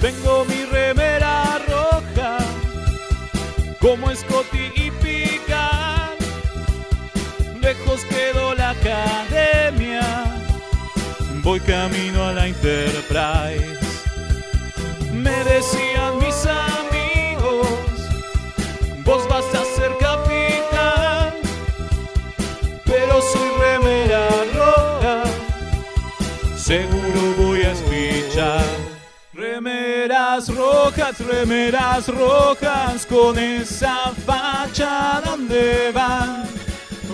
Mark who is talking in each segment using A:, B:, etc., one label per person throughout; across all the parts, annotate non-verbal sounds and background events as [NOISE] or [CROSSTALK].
A: Tengo mi remera roja, como Scotty y Pican. Lejos quedó la academia, voy camino a la Enterprise. Me decían mis amigos, vos vas a ser capitán, pero soy remera roja, seguro voy a espichar. Remeras rojas, remeras rojas, con esa facha donde van.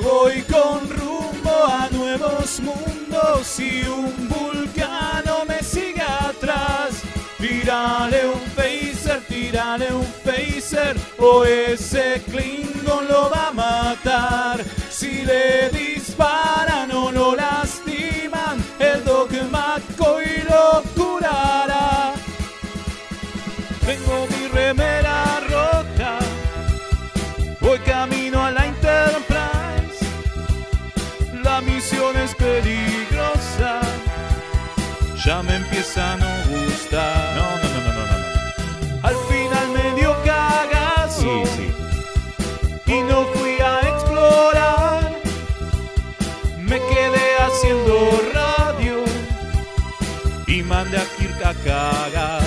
A: Voy con rumbo a nuevos mundos y un vulcano me sigue atrás. Tírale un phaser, tírale un phaser, o ese Klingon lo va a matar. Si le disparan o lo lastiman, el dogmático y lo curará. Tengo mi remera rota, voy camino a la Enterprise. La misión es peligrosa, ya me empieza a no gustar. No, no, no, no, no. Al final me dio cagazo y no fui a explorar. Me quedé haciendo radio y mandé a Kirk a cagar.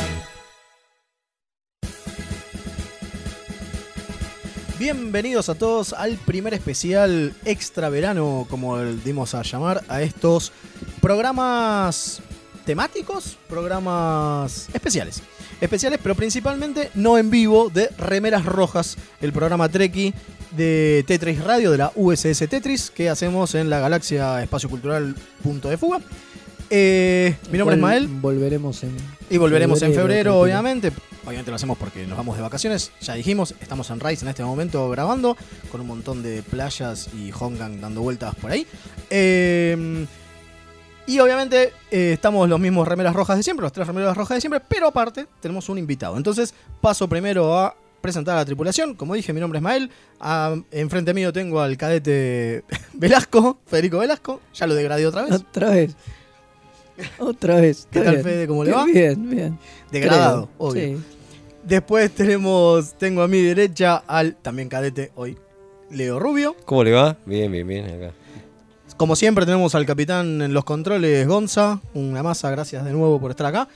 B: Bienvenidos a todos al primer especial extra verano, como le dimos a llamar, a estos programas temáticos, programas especiales. Especiales, pero principalmente no en vivo, de Remeras Rojas, el programa Treki de Tetris Radio, de la USS Tetris, que hacemos en la galaxia espaciocultural Punto de Fuga. Eh, mi nombre es
C: Vol-
B: Mael.
C: Volveremos en.
B: Y volveremos en
C: Febrero,
B: febrero,
C: tranquilo.
B: obviamente. Obviamente lo hacemos porque nos vamos de vacaciones. Ya dijimos, estamos en Rice en este momento grabando, con un montón de playas y Hongang dando vueltas por ahí. Eh, y obviamente eh, estamos los mismos remeras rojas de siempre, los tres remeras rojas de siempre, pero aparte tenemos un invitado. Entonces paso primero a presentar a la tripulación. Como dije, mi nombre es Mael. Ah, enfrente mío tengo al cadete [LAUGHS] Velasco, Federico Velasco. Ya lo degradé otra vez.
C: Otra vez. Otra vez.
B: ¿Qué
C: Está
B: tal,
C: bien.
B: Fede? ¿Cómo le
C: Qué
B: va?
C: Bien, bien.
B: Degradado,
C: Creo,
B: obvio.
C: sí.
B: Después tenemos, tengo a mi derecha al también cadete hoy, Leo Rubio.
D: ¿Cómo le va? Bien, bien, bien, acá.
B: Como siempre tenemos al capitán en los controles, Gonza. Una masa, gracias de nuevo por estar acá.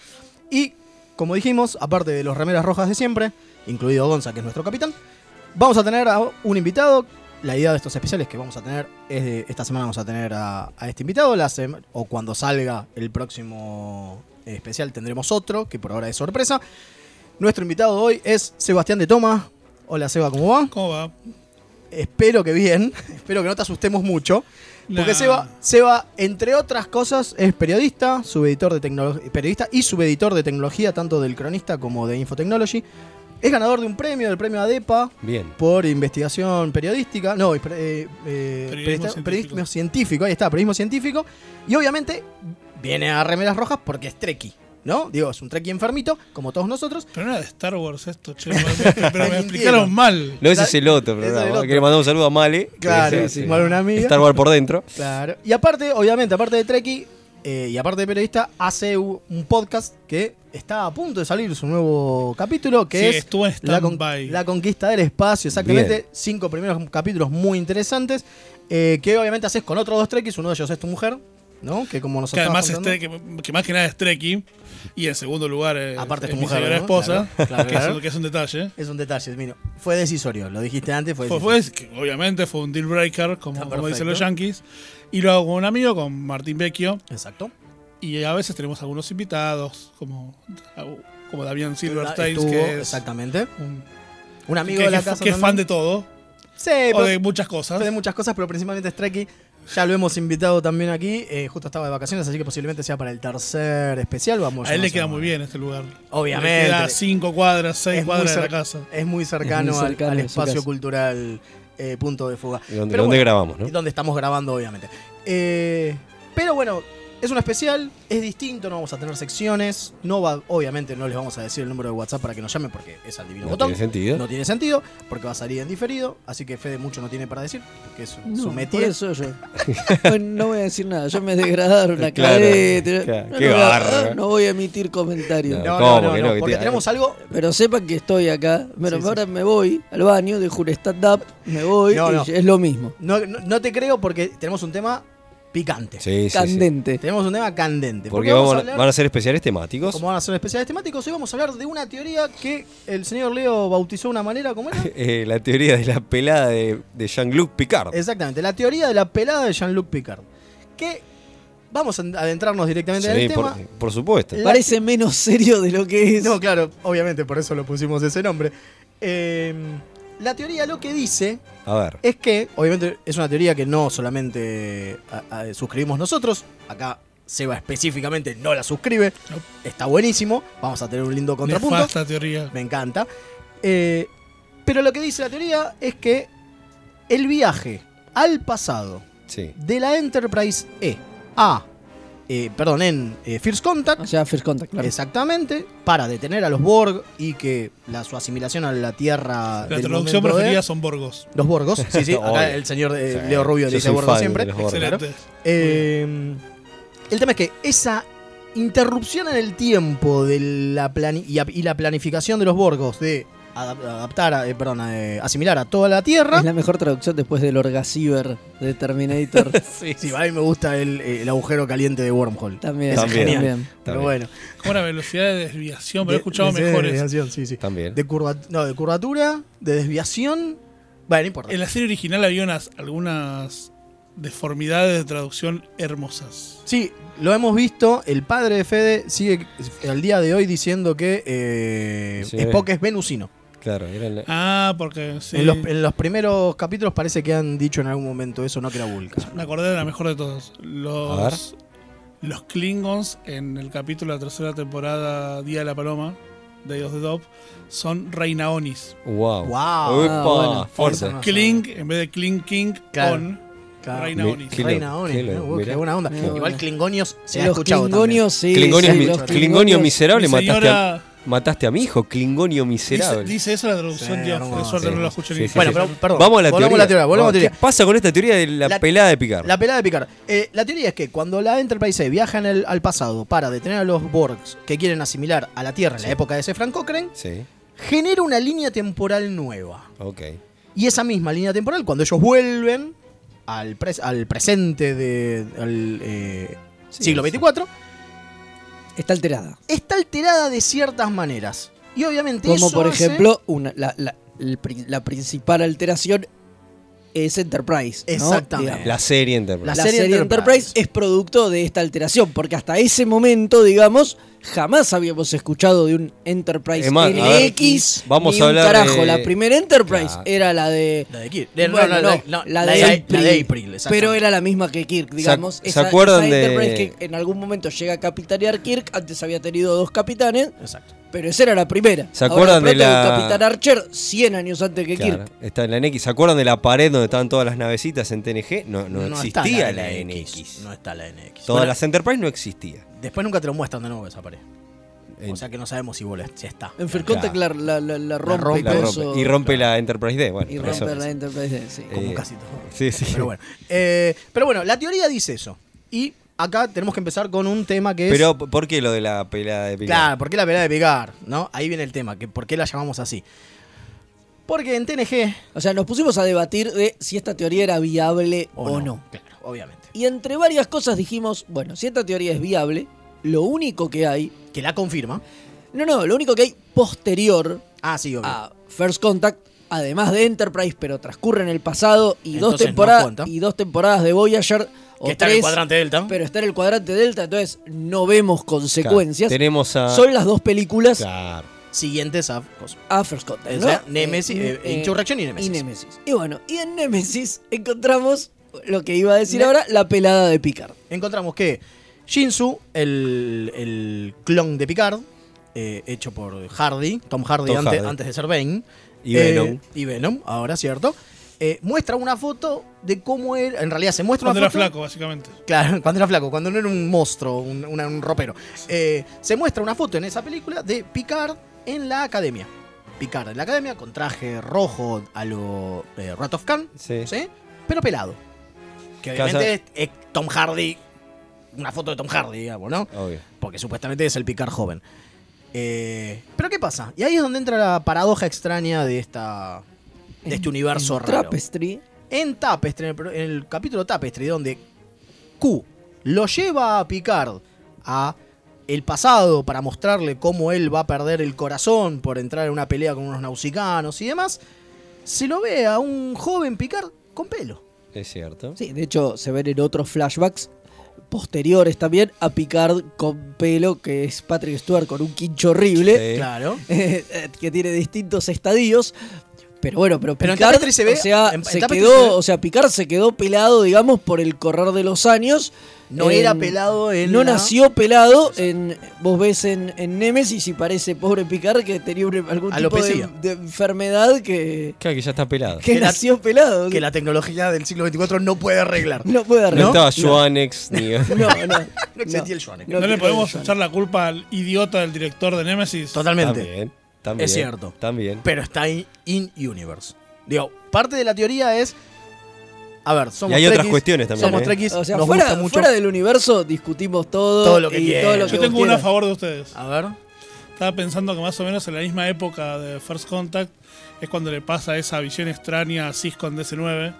B: Y como dijimos, aparte de los remeras rojas de siempre, incluido Gonza, que es nuestro capitán, vamos a tener a un invitado. La idea de estos especiales que vamos a tener es de, esta semana vamos a tener a, a este invitado, la sema- o cuando salga el próximo especial tendremos otro, que por ahora es sorpresa. Nuestro invitado hoy es Sebastián de Toma. Hola Seba, ¿cómo va?
E: ¿Cómo va?
B: Espero que bien, [LAUGHS] espero que no te asustemos mucho. Porque
E: Nah.
B: Seba, Seba, entre otras cosas, es periodista, subeditor de tecnolo- periodista y subeditor de tecnología, tanto del cronista como de Infotechnology. Es ganador de un premio, del premio ADEPA,
D: Bien.
B: por investigación periodística. No, es pre- eh, eh,
E: Periodismo
B: periodista-
E: científico.
B: periodismo científico, ahí está, periodismo científico. Y obviamente viene a Remeras Rojas porque es treki, ¿no? Digo, es un treki enfermito, como todos nosotros.
E: Pero no era de Star Wars esto, che. me- Pero
B: [LAUGHS]
E: me
B: Entendieron.
E: explicaron mal.
D: No, ese
B: La-
D: es el otro
B: ese
D: programa.
B: es el
D: ¿no?
B: otro.
D: Que le mandamos un saludo a Male. que
B: Claro,
D: dice,
B: sí,
D: eh,
B: Mal una amiga.
D: Star Wars por dentro.
B: Claro. Y aparte, obviamente, aparte de Treki eh, y aparte de periodista, hace u- un podcast que está a punto de salir su nuevo capítulo, que
E: Sí,
B: es
E: estuvo en
B: la, con-
E: stand-by.
B: la conquista del espacio, exactamente.
D: Bien.
B: Cinco primeros capítulos muy interesantes, eh, que obviamente haces con otros dos Trekkies, uno de ellos es tu mujer, ¿no? Que como nos
E: Que
B: estabas
E: además
B: contando-
E: este, que, que más que nada es Trekkie. Y en segundo lugar, eh,
B: Aparte es tu
E: mi
B: mujer,
E: señora
B: ¿no?
E: esposa.
B: Claro, claro,
E: que,
B: claro.
E: Es un, que es un detalle.
B: Es un detalle, mira, fue decisorio, lo dijiste antes, fue
E: Fue,
B: decisorio.
E: fue- que obviamente fue un deal breaker, como,
B: Está
E: como
B: perfecto.
E: dicen los yankees. Y lo hago con un amigo, con Martín Vecchio.
B: Exacto.
E: Y a veces tenemos algunos invitados, como, como Damián Silverstein,
B: Estuvo,
E: que es,
B: exactamente.
E: un-
B: Un amigo
E: que-
B: de la
E: que-
B: casa.
E: que es fan
B: también.
E: de todo.
B: Sí, pero-
E: o de muchas cosas.
B: de muchas cosas, pero principalmente es Treki. Ya lo hemos invitado también aquí. eh, justo estaba de vacaciones, así que posiblemente sea para el tercer especial. Vamos.
E: A él
B: no
E: le
B: sé,
E: queda
B: no.
E: muy bien este lugar.
B: Obviamente.
E: Le queda cinco cuadras, seis
B: Es muy
E: cuadras de la
B: cerca-
E: casa.
B: Es muy cercano,
C: Es muy
B: al-
C: cercano
B: al,
C: a su
B: espacio
C: casa.
B: cultural eh, punto de fuga.
D: Y Donde,
B: [LAUGHS] Pero
D: donde
B: bueno,
D: grabamos, ¿no?
B: Y donde estamos grabando, obviamente. Eh, pero bueno, Es un especial, es distinto, no vamos a tener secciones, no va, obviamente no les vamos a decir el número de WhatsApp para que nos llamen porque es al divino
D: No
B: botón.
D: tiene sentido.
B: No tiene sentido, porque va a salir en diferido, así que Fede mucho no tiene para decir, porque es
C: No,
B: su
C: por
B: métier. [LAUGHS]
C: eso yo. No, no voy a decir nada. Yo me degradaron la
D: Claro,
C: careta.
D: claro,
C: No,
D: qué
C: no voy a-
D: bárbaro.
C: No voy a emitir comentarios.
D: No.
B: eh. No,
D: ¿Cómo
B: no, no,
D: que
B: no,
D: no? Que
B: porque
D: te-
B: tenemos algo...
C: Pero sepan que estoy acá. Pero
B: Sí, sí.
C: ahora me voy al baño, dejo un stand-up, me voy
B: No,
C: y
B: no.
C: es lo mismo.
B: No, no- no te creo porque tenemos un tema picante.
D: Sí, sí, sí.
C: Candente.
B: Tenemos un tema candente.
D: Porque vamos,
B: hablar-
D: van a ser especiales temáticos.
B: Como van a ser especiales temáticos, hoy vamos a hablar de una teoría que el señor Leo bautizó de una manera,
D: [LAUGHS]
B: ¿cómo era?
D: Eh, la teoría de la pelada de, de Jean-Luc Picard.
B: Exactamente, la teoría de la pelada de Jean-Luc Picard. Que vamos a adentrarnos directamente en
D: Sí,
B: el
D: por,
B: tema. Eh,
D: por supuesto.
B: La-
C: Parece menos serio de lo que es.
B: [LAUGHS] No, claro, obviamente por eso lo pusimos ese nombre. Eh, la teoría lo que dice
D: A ver.
B: es que, obviamente, es una teoría que no solamente a- a- suscribimos nosotros. Acá Seba específicamente no la suscribe.
E: No.
B: Está buenísimo. Vamos a tener un lindo contrapunto.
E: Nefasta teoría.
B: Me encanta. Eh, pero lo que dice la teoría es que el viaje al pasado
D: Sí.
B: de la Enterprise E a, eh, perdón, en eh, First Contact,
E: Ah,
C: O sea, First Contact, claro.
B: exactamente, para detener a los Borg y que la, su asimilación a la Tierra.
E: La
B: del
E: traducción
B: momento
E: preferida
B: de-
E: son Borgos.
B: los Borgos,
D: [LAUGHS]
B: sí, sí,
D: Obvio.
B: acá el señor eh,
D: Sí.
B: Leo Rubio
D: Yo
B: dice
D: soy
B: Borgos
D: fan
B: siempre.
D: de los Borgos.
E: Excelente.
B: Eh, el tema es que esa interrupción en el tiempo de la plani- y, a- y la planificación de los borgos de adap- adaptar, a- eh, perdón, a, eh, asimilar a toda la Tierra.
C: Es la mejor traducción después del Orgaciber
B: [LAUGHS]
C: de Terminator.
B: Sí, a mí me gusta el, eh, el agujero caliente de Wormhole.
C: También,
D: Ese es
C: también.
D: genial.
B: Pero
D: bien.
B: bueno.
E: Con una velocidad de desviación, pero he
B: De-
E: escuchado
B: de- de-
E: mejores.
B: desviación, sí, sí.
D: También.
B: De, curva- no, de curvatura, de desviación. Bueno, no importa.
E: En la serie original había unas, algunas deformidades de traducción hermosas.
B: Sí, lo hemos visto. El padre de Fede sigue eh, al día de hoy diciendo que eh,
D: Sí.
B: Spock es venusino.
D: Claro, era la-
E: Ah, porque sí.
B: En, los, en los primeros capítulos parece que han dicho en algún momento eso, no que era Vulcan.
E: Me acordé de la mejor de todos.
D: A ver.
E: Los, los Klingons en el capítulo de la tercera temporada Día de la Paloma, de Dios de Dop, son Reinaonis.
D: Wow.
B: Wow.
D: Upa,
C: Ah, bueno.
D: fuerte.
B: Eso no.
E: Kling, en vez de Kling King,
B: Claro.
E: on,
B: Claro.
E: Reina-
D: Mi-
E: Onis.
D: qué loco,
B: Reina Onis,
D: qué
B: ¿no?
D: loco,
B: Uy, qué
D: mirá.
B: buena onda.
C: Qué
B: Igual
C: buena.
B: Klingonios se ha
C: Los
B: escuchado también.
C: Klingonios, sí.
D: Klingonio,
C: sí,
D: mi-
C: los
D: Klingonio
C: Klingonios.
D: miserable,
E: Mi
D: mataste, a,
E: señora-
D: mataste a mi hijo, Klingonio
E: Dice,
D: miserable.
E: dice eso la traducción,
B: Sí,
E: Dios.
B: hermoso.
E: De suerte
D: Sí,
E: no lo escuché
D: sí,
E: ni
D: sí,
B: Bueno,
D: sí.
B: pero perdón.
D: Vamos a la
B: volvamos
D: teoría.
B: a la teoría. Volvemos a la teoría.
D: ¿Qué pasa con esta teoría de la,
B: La-
D: pelada de Picard?
B: La pelada de Picard. Eh, la teoría es que cuando la Enterprise C viaja en el- al pasado para detener a los Borgs que quieren asimilar a la Tierra en la
D: Sí.
B: época de ese Frank Cochrane,
D: Sí,
B: genera una línea temporal nueva.
D: ok.
B: Y esa misma línea temporal, cuando ellos vuelven al, pres- al presente de, al, eh,
D: Sí,
B: siglo
D: sí.
B: XXIV,
C: Está alterada.
B: está alterada de ciertas maneras. Y obviamente
C: Como
B: eso
C: por
B: hace-
C: ejemplo, una, la, la, el pri- la principal alteración es Enterprise. ¿no?
B: Exactamente.
C: Digamos.
D: La serie Enterprise.
B: La
C: La,
B: serie
C: serie,
B: Enterprise.
C: Enterprise es producto de esta alteración, porque hasta ese momento, digamos, jamás habíamos escuchado de un Enterprise
D: Es más, a ver,
C: NX.
D: vamos
C: ni
D: a
C: un
D: hablar
C: carajo.
D: de-
C: La primera Enterprise
D: Claro.
C: era la de.
B: La de Kirk. Eh, no,
C: Bueno,
B: no,
C: no,
B: la- no,
C: la
B: la
C: de
B: de April.
C: April.
B: La de April, exactamente.
C: Pero era la misma que Kirk, digamos.
D: ¿se acuerdan
C: esa
D: de-
C: Enterprise que en algún momento llega a capitanear Kirk, antes había tenido dos capitanes,
B: Exacto.
C: pero esa era la primera.
D: ¿Se
C: Ahora
D: acuerdan de
C: trata
D: la-
C: un Capitán Archer 100 años antes que
D: Claro,
C: Kirk.
D: está en la NX. ¿Se acuerdan de la pared donde estaban todas las navecitas en TNG? No, no,
B: está
D: existía la, NX.
B: No está la NX.
D: Todas
B: Bueno,
D: las Enterprise no existía.
B: Después nunca te lo muestran de nuevo esa pared. O
D: En-
B: sea que no sabemos si, vol- si está.
C: En First Contact la, la, la- la rompe,
B: rompe,
D: la
C: con
D: rompe.
C: eso-
D: y rompe la Enterprise D. Bueno,
C: y
D: por eso-
C: rompe la Enterprise. D, sí.
B: Como
D: Eh,
B: casi todo.
D: Sí, sí.
B: Pero bueno. Eh, pero bueno, la teoría dice eso. Y acá tenemos que empezar con un tema que es.
D: Pero, ¿por qué lo de la pelada de Picard?
B: Claro, ¿por qué la pelea de Picard? ¿No? Ahí viene el tema, que por qué la llamamos así. Porque en TNG.
C: O sea, nos pusimos a debatir de si esta teoría era viable
B: O, no. Claro, obviamente.
C: Y entre varias cosas dijimos, bueno, si esta teoría es viable, lo único que hay,
B: Que la confirma.
C: no, no, lo único que hay posterior
B: Ah, sí, obvio.
C: a First Contact, además de Enterprise, pero transcurre en el pasado y dos
B: Entonces no
C: temporadas
B: cuenta.
C: y dos temporadas de Voyager o
B: que está en el
C: tres,
B: cuadrante delta.
C: pero está en el cuadrante delta, entonces no vemos consecuencias.
D: Tenemos a.
C: Son las dos películas
D: Claro.
B: Siguientes a cosas.
C: a First Contact,
B: O
C: ¿no?
B: sea, Nemesis, eh, Insurrection y Nemesis.
C: Y Nemesis. Y bueno, y en Nemesis encontramos lo que iba a decir ahora, la pelada de Picard.
B: encontramos que Shinsu, el, el clon de Picard, eh, hecho por Hardy, Tom Hardy,
D: Tom
B: antes,
D: Hardy.
B: antes de ser Bane.
D: Y Venom.
B: Y Venom, ahora, ¿cierto? eh, muestra una foto de cómo era. En realidad se muestra
E: Cuando
B: una
E: era
B: foto.
E: flaco, básicamente.
B: Claro, cuando era flaco, cuando no era un monstruo, un, una- un ropero. Eh, se muestra una foto en esa película de Picard en la academia. Picard en la academia con traje rojo a lo eh, Rat of Khan,
D: Sí.
B: ¿sí? Pero pelado. Que
D: Casa-
B: obviamente es, es Tom Hardy, una foto de Tom Hardy, digamos, ¿no?
D: Obvio.
B: Porque supuestamente es el Picard joven. Eh, Pero ¿qué pasa? Y ahí es donde entra la paradoja extraña de esta... De este universo
C: en
B: raro
C: Tapestry.
B: en Tapestry, en el, pro- en el capítulo Tapestry, donde Q lo lleva a Picard a el pasado para mostrarle cómo él va a perder el corazón por entrar en una pelea con unos nausicanos y demás, se lo ve a un joven Picard con pelo.
D: Es cierto.
C: Sí, de hecho se ven en otros flashbacks posteriores también a Picard con pelo, que es Patrick Stewart con un quincho horrible,
D: Sí.
B: Claro.
C: [LAUGHS] que tiene distintos estadios. Pero bueno, pero
B: Pero
C: Picard,
B: en Tapestry se ve-
C: o sea,
B: en- en
C: se
B: Tapestry
C: quedó,
B: se ve-
C: o sea, Picard se quedó pelado, digamos, por el correr de los años.
B: No
D: eh,
C: En-
B: era pelado en
C: No
B: la-
C: nació pelado. En, vos ves en, en Nemesis y parece pobre Picard que tenía un- algún tipo de,
B: Alopecia.
C: de enfermedad que,
D: Claro que ya está pelado.
C: que
B: Que la-
C: nació pelado.
B: Que la tecnología del siglo XXIV no puede arreglar.
C: No puede
D: No,
C: arreglar.
D: estaba
B: [LAUGHS]
D: Schwannex ni.
C: No, no.
B: No existía el Schwarzenegger.
E: No, le
C: quiero
E: podemos
C: eso.
E: echar la culpa al idiota del director de Nemesis.
B: Totalmente.
D: También. También.
B: Es cierto.
D: También.
B: Pero está in- in-universe. Digo, parte de la teoría es... A ver, somos
D: Y hay otras
B: trekkies,
D: cuestiones también,
B: Somos
D: ¿eh?
B: trekkies,
C: O sea,
B: nos
C: fuera,
B: gusta mucho.
C: fuera del universo discutimos todo.
B: Todo lo que
C: y
B: quieras.
C: todo
B: Yo
C: lo
E: Yo
C: que
E: tengo
C: vos
E: una a
C: quieras. Ah.
E: favor de ustedes.
B: A ver.
E: Estaba pensando que más o menos en la misma época de First Contact es cuando le pasa esa visión extraña a Cisco en DC9.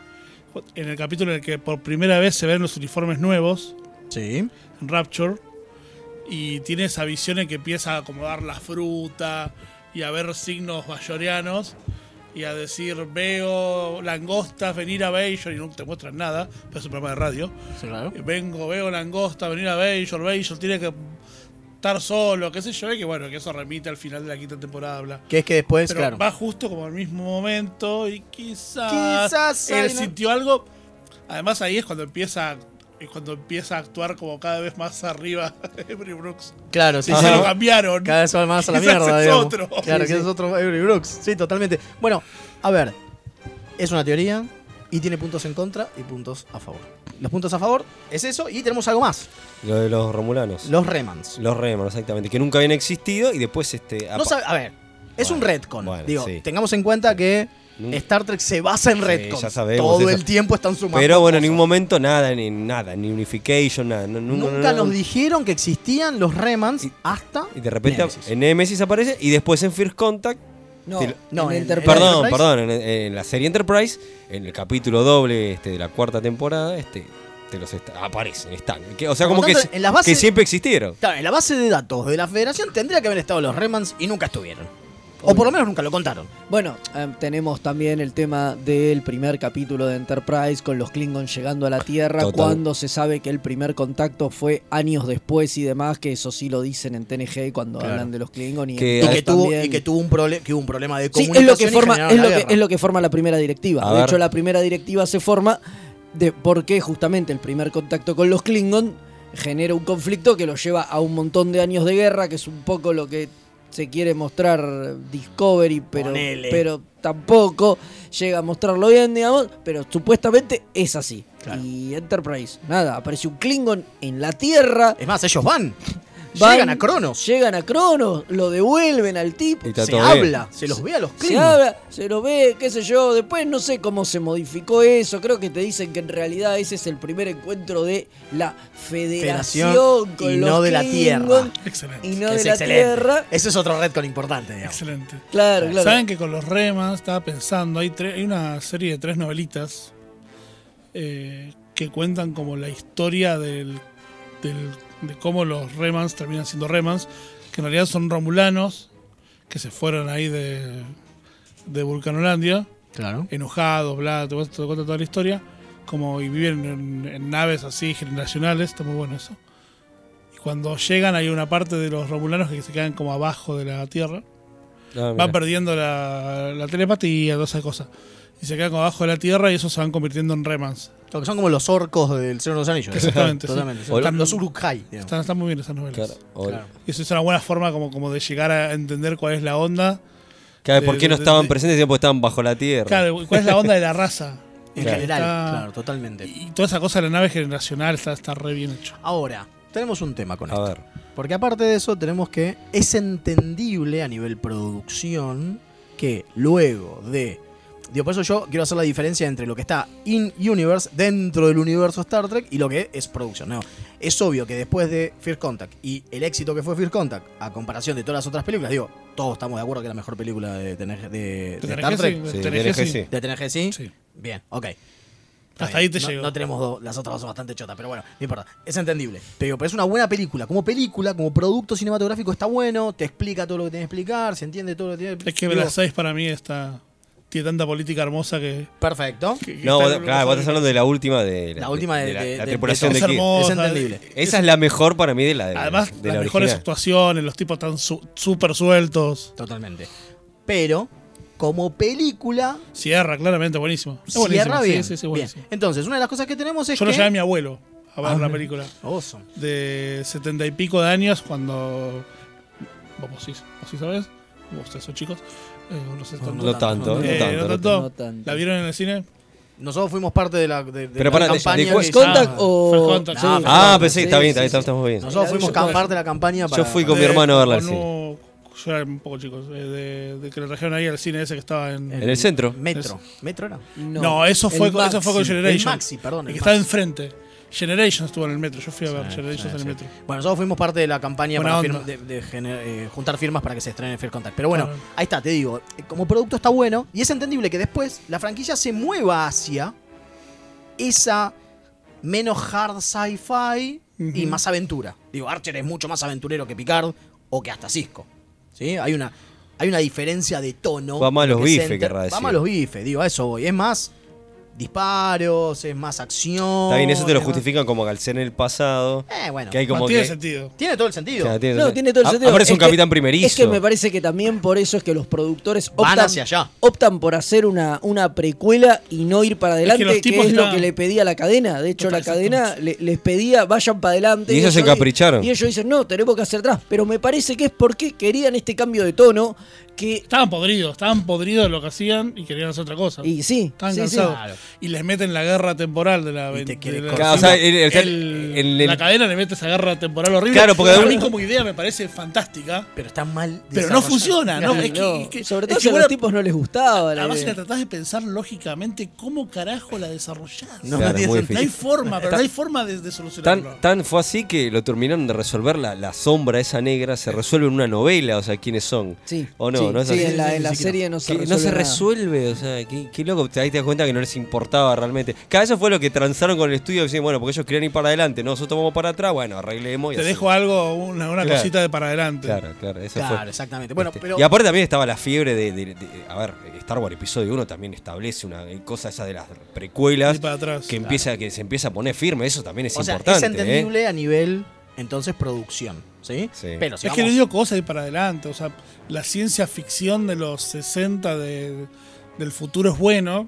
E: En el capítulo en el que por primera vez se ven los uniformes nuevos,
B: Sí.
E: en Rapture, y tiene esa visión en que empieza a acomodar la fruta y a ver signos bayorianos y a decir veo langostas venir a Bayshore y no te muestran nada, pero es un programa de radio.
B: claro.
E: Vengo, veo langosta, venir a Bajor, Bajor tiene que estar solo, qué sé yo, y que bueno, que eso remite al final de la quinta temporada, bla.
B: Que es que después,
E: Pero
B: claro.
E: va justo como al mismo momento y quizás,
B: Quizás hay
E: él
B: una-
E: sintió algo. Además ahí es cuando empieza es cuando empieza a actuar como cada vez más arriba Avery Brooks.
B: Claro, sí,
E: Y
B: sí.
E: se lo cambiaron.
B: Cada vez va [LAUGHS] más a la
E: [LAUGHS] Quizás
B: mierda,
E: es
B: digamos.
E: otro.
B: Claro,
E: Sí,
B: que es otro Avery Brooks. Sí, totalmente. Bueno, a ver. Es una teoría y tiene puntos en contra y puntos a favor. Los puntos a favor es eso y tenemos algo más.
D: Lo de los romulanos.
B: Los remans.
D: Los Reman, exactamente. Que nunca habían existido y después este.
B: No
D: apa-
B: sabe- a ver, es
D: Bueno,
B: un retcon.
D: bueno,
B: Digo,
D: sí.
B: tengamos en cuenta que
D: Nunca-
B: Star Trek se basa en
D: Sí,
B: retcons.
D: ya sabemos
B: Todo
D: eso.
B: el tiempo están sumando.
D: Pero bueno, en ningún
B: cosas.
D: momento nada, ni nada, ni unification, nada. no- no-
B: Nunca
D: no-
B: nos dijeron que existían los remans
D: Y-
B: hasta.
D: Y de repente
B: Nemesis.
D: en Nemesis aparece y después en First Contact.
C: No,
D: Te lo-
B: No,
C: en
B: en-
C: Enterprise.
D: Perdón,
B: Enterprise?
D: perdón, en, en la serie Enterprise, en el capítulo doble este, de la cuarta temporada, este, te los est- aparecen, están. Que- o sea,
B: Por
D: como
B: lo
D: que,
B: tanto,
D: si-
B: en las bases-
D: que siempre existieron.
B: Claro, en la base de datos de la federación tendría que haber estado los Remans y nunca estuvieron. O por lo menos nunca lo contaron.
C: Bueno, eh, tenemos también el tema del primer capítulo de Enterprise con los Klingons llegando a la Tierra,
D: Total.
C: cuando se sabe que el primer contacto fue años después y demás, que eso sí lo dicen en TNG cuando
B: Claro.
C: hablan de los Klingons. Y,
D: Que-
B: Y
D: Eh,
B: que,
C: también-
B: tuvo, y que tuvo un, prole- que hubo un problema de
C: Sí,
B: comunicación.
C: es lo que
B: y
C: forma,
B: generaron
C: es
B: la
C: lo que,
B: guerra.
C: es lo que forma la primera directiva.
D: A
C: de
D: ver.
C: hecho, la primera directiva se forma de porque justamente el primer contacto con los Klingon genera un conflicto que los lleva a un montón de años de guerra, que es un poco lo que se quiere mostrar Discovery, pero,
B: Ponele.
C: pero tampoco llega a mostrarlo bien, digamos, pero supuestamente es así.
B: Claro.
C: Y Enterprise, nada, aparece un Klingon en la Tierra,
B: Es más, ellos van.
C: Van-
B: Llegan a Cronos.
C: llegan a Cronos, lo devuelven al tipo,
D: Y está
B: Se
D: todo bien.
B: habla. Se los ve a los
C: se
B: Klingons.
C: habla, se lo ve, qué sé yo. Después no sé cómo se modificó eso. Creo que te dicen que en realidad ese es el primer encuentro de la federación,
B: Federación
C: con
B: y
C: los
B: no de la
C: Klingon
E: Excelente.
C: Y no
B: Que
C: de
B: es
C: la
B: excelente.
C: tierra.
B: Ese es otro retcon importante, digamos.
E: Excelente.
C: Claro, claro.
E: Saben que con los remas, estaba pensando, hay, tre- hay una serie de tres novelitas eh, que cuentan como la historia del, del- de cómo los remans terminan siendo remans, que en realidad son romulanos que se fueron ahí de, de Vulcanolandia,
B: Claro.
E: enojados, bla, te cuento, te cuento toda la historia, como y viven en, en naves así generacionales, está muy bueno eso. Y cuando llegan hay una parte de los romulanos que se quedan como abajo de la Tierra.
D: Ah,
E: Van
D: mira.
E: perdiendo la, la telepatía, todas esas cosas. Y se quedan como abajo de la tierra y esos se van convirtiendo en remans.
B: Lo que son como los orcos del Señor de los Anillos.
E: Exactamente, sí.
B: Totalmente.
D: O
B: Están
E: la-
B: los Urukhai. digamos.
E: Están, están muy bien esas novelas.
D: Claro, o-
B: Claro.
E: Y eso es una buena forma como, como de llegar a entender cuál es la onda
D: Claro,
E: de-
D: ¿por qué no
E: de-
D: estaban
E: de-
D: presentes? Decían, Porque estaban bajo la tierra.
E: Claro, ¿cuál es la onda de la raza?
B: En
D: Claro.
B: general,
E: Está-
B: claro, totalmente.
E: Y toda esa cosa de la nave generacional está, está re bien hecho.
B: Ahora, tenemos un tema con
D: A
B: esto.
D: ver.
B: Porque aparte de eso, tenemos que es entendible a nivel producción que luego de. Digo, por eso yo quiero hacer la diferencia entre lo que está in universe, dentro del universo Star Trek, y lo que es producción. No, es obvio que después de First Contact y el éxito que fue First Contact, a comparación de todas las otras películas, digo, todos estamos de acuerdo que es la mejor película de, TNG de- de Star Trek.
D: Sí,
E: TNG,
D: TNG,
E: sí.
D: sí.
B: ¿De TNG sí?
E: Sí.
B: Bien, ok. Está bien.
E: Hasta ahí te
B: no,
E: llego.
B: No tenemos dos, las otras dos son bastante chotas, pero bueno, no importa. Es entendible. Te digo, pero es una buena película. Como película, como producto cinematográfico está bueno, te explica todo lo que tiene que explicar, se entiende todo lo que tiene
E: Es que
B: digo,
E: la 6 para mí está. Tiene tanta política hermosa que.
B: Perfecto.
E: que- que
D: No,
E: está-
D: vos- claro, vos estás hablando de la última de
B: La última de-
D: la,
B: de-
D: la
B: de-
D: tripulación de,
B: de
E: Es
D: Kirk.
E: hermosa,
B: Es entendible.
D: Esa es la mejor para mí de la de la-
E: Además,
D: de
E: las
D: la
E: mejores
D: original.
E: actuaciones, los tipos tan su- súper sueltos.
B: Totalmente. Pero, como película,
E: Cierra, claramente, buenísimo. Es buenísimo,
B: cierra
E: sí,
B: bien.
E: sí, sí,
B: Bien.
E: buenísimo.
B: Entonces, una de las cosas que tenemos es
E: Yo lo
B: que.
E: llevé a mi abuelo a ver
B: Ah,
E: la
B: mira.
E: película.
B: Awesome.
E: De setenta y pico de años, cuando. Vos, vos sí, vos sí sabés. Vos, esos chicos. Eh, vos no sé tanto.
D: No tanto,
E: Eh,
D: no tanto.
E: no
D: no
E: tanto.
C: No tanto.
E: ¿La vieron en el cine?
B: Nosotros fuimos parte de la, de, de
D: Pero
B: la
D: pará, de-
B: campaña.
D: de cu-
B: que-
C: First Contact
E: Ah,
C: o.
E: First Contact,
B: sí.
D: Ah,
B: Ah,
D: pensé, está bien, está bien, estamos bien.
B: Nosotros fuimos
C: Yo-
B: parte de la campaña para.
D: fui con- mi hermano a verla al cine.
E: no- Yo era Eh, un poco chico. eh, de, de que lo trajeron ahí al cine ese que estaba en.
D: En el centro.
B: Metro. Metro era.
E: no, eso, fue, con- eso fue con Generation.
B: Maxi, perdón,
E: El
B: el
E: que estaba
B: Maxi.
E: enfrente. Generation estuvo en el metro. Yo fui a ver Generations en el metro.
B: Bueno, nosotros fuimos parte de la campaña
E: Buena
B: para firma-
E: onda.
B: de, de gener- eh, juntar firmas para que se estrene Fair Contact. Pero bueno,
E: Claro.
B: ahí está, te digo, eh, como producto está bueno y es entendible que después la franquicia se mueva hacia esa menos hard sci-fi y
E: Ujú.
B: más aventura. Digo, Archer es mucho más aventurero que Picard o que hasta Cisco. ¿Sí? Hay una, hay una diferencia de tono.
D: Va más a los
B: que se
D: bifes,
B: enter-
D: querrá decir.
B: Va más a los bifes, digo, a eso voy. Es más disparos, es más acción.
D: Está bien, eso te lo
B: es más-
D: justifican como al ser en el pasado.
B: Eh, bueno.
D: Que hay como
E: No tiene
D: que-
E: sentido.
B: Tiene todo el sentido.
D: Claro,
C: No, tiene todo el
D: Ah,
C: sentido.
D: Aparece un
C: Es que-
D: capitán primerizo.
C: Es que me parece que también por eso es que los productores
B: Van
C: optan,
B: hacia allá.
C: optan por hacer una, una precuela y no ir para adelante,
E: los
C: que,
E: tipos
C: es lo
E: ya-
C: que le pedía la cadena. De hecho, la cadena le- les pedía vayan para adelante.
D: Y ellos se encapricharon.
C: Y ellos dicen, no, tenemos que hacer atrás. Pero me parece que es porque querían este cambio de tono que...
E: Estaban podridos, estaban podridos de lo que hacían y querían hacer otra cosa.
C: Y sí,
E: estaban
C: sí, sí.
E: cansados. Y les meten la guerra temporal de la.
B: Y te
E: de
B: quiere
E: la-
D: Claro,
B: cortar.
D: o sea, el- el-
E: el-
D: el- el-
E: la cadena le mete esa guerra temporal horrible.
D: Claro, porque de
E: a
D: un-
E: mí como idea me parece fantástica,
B: Pero está mal.
E: pero
B: desarrollado.
E: no funciona. ¿no? Es que-
C: No,
E: es que-
C: sobre
E: es
C: todo
E: que
C: si a
E: vos
C: los
E: la-
C: tipos no les gustaba la
E: Además, si
C: idea.
E: la tratás de pensar lógicamente, ¿cómo carajo la desarrollás?
B: No,
E: No,
D: Claro,
B: no tiene
D: muy
B: sentido.
E: hay
D: difícil.
E: forma, pero no hay forma de, de solucionarlo.
D: Tan, tan fue así que lo terminaron de resolver la, la sombra esa negra, se resuelve en una novela, o sea, quiénes son.
C: Sí,
D: O no,
C: sí,
D: no es
C: sí,
D: así.
C: en la, en la
B: Sí, sí, sí,
C: serie no se
D: Que
C: resuelve
D: no se
C: nada.
D: resuelve, o sea, qué, qué loco. Ahí te das cuenta que no les importaba realmente. Cada eso fue lo que transaron con el estudio. Decían, bueno, porque ellos querían ir para adelante, no, nosotros vamos para atrás, bueno, arreglemos y
E: Te
D: hacemos.
E: dejo algo, una, una
D: Claro.
E: cosita de para adelante.
D: Claro, claro, eso
B: Claro,
D: fue.
B: exactamente. Bueno,
D: Este,
B: pero.
D: Y aparte también estaba la fiebre de, de- de- A ver, Star Wars Episodio 1 también establece una cosa esa de las precuelas
E: Ir para atrás.
D: que, empieza, que se empieza a poner firme. Eso también es
B: o sea,
D: importante.
B: es
D: ¿eh?
B: entendible a nivel, entonces, producción. ¿Sí?
D: Sí.
B: Pero si
E: es que
B: vamos-
E: le dio cosas de para adelante. O sea, la ciencia ficción de los 60 de- del futuro es bueno.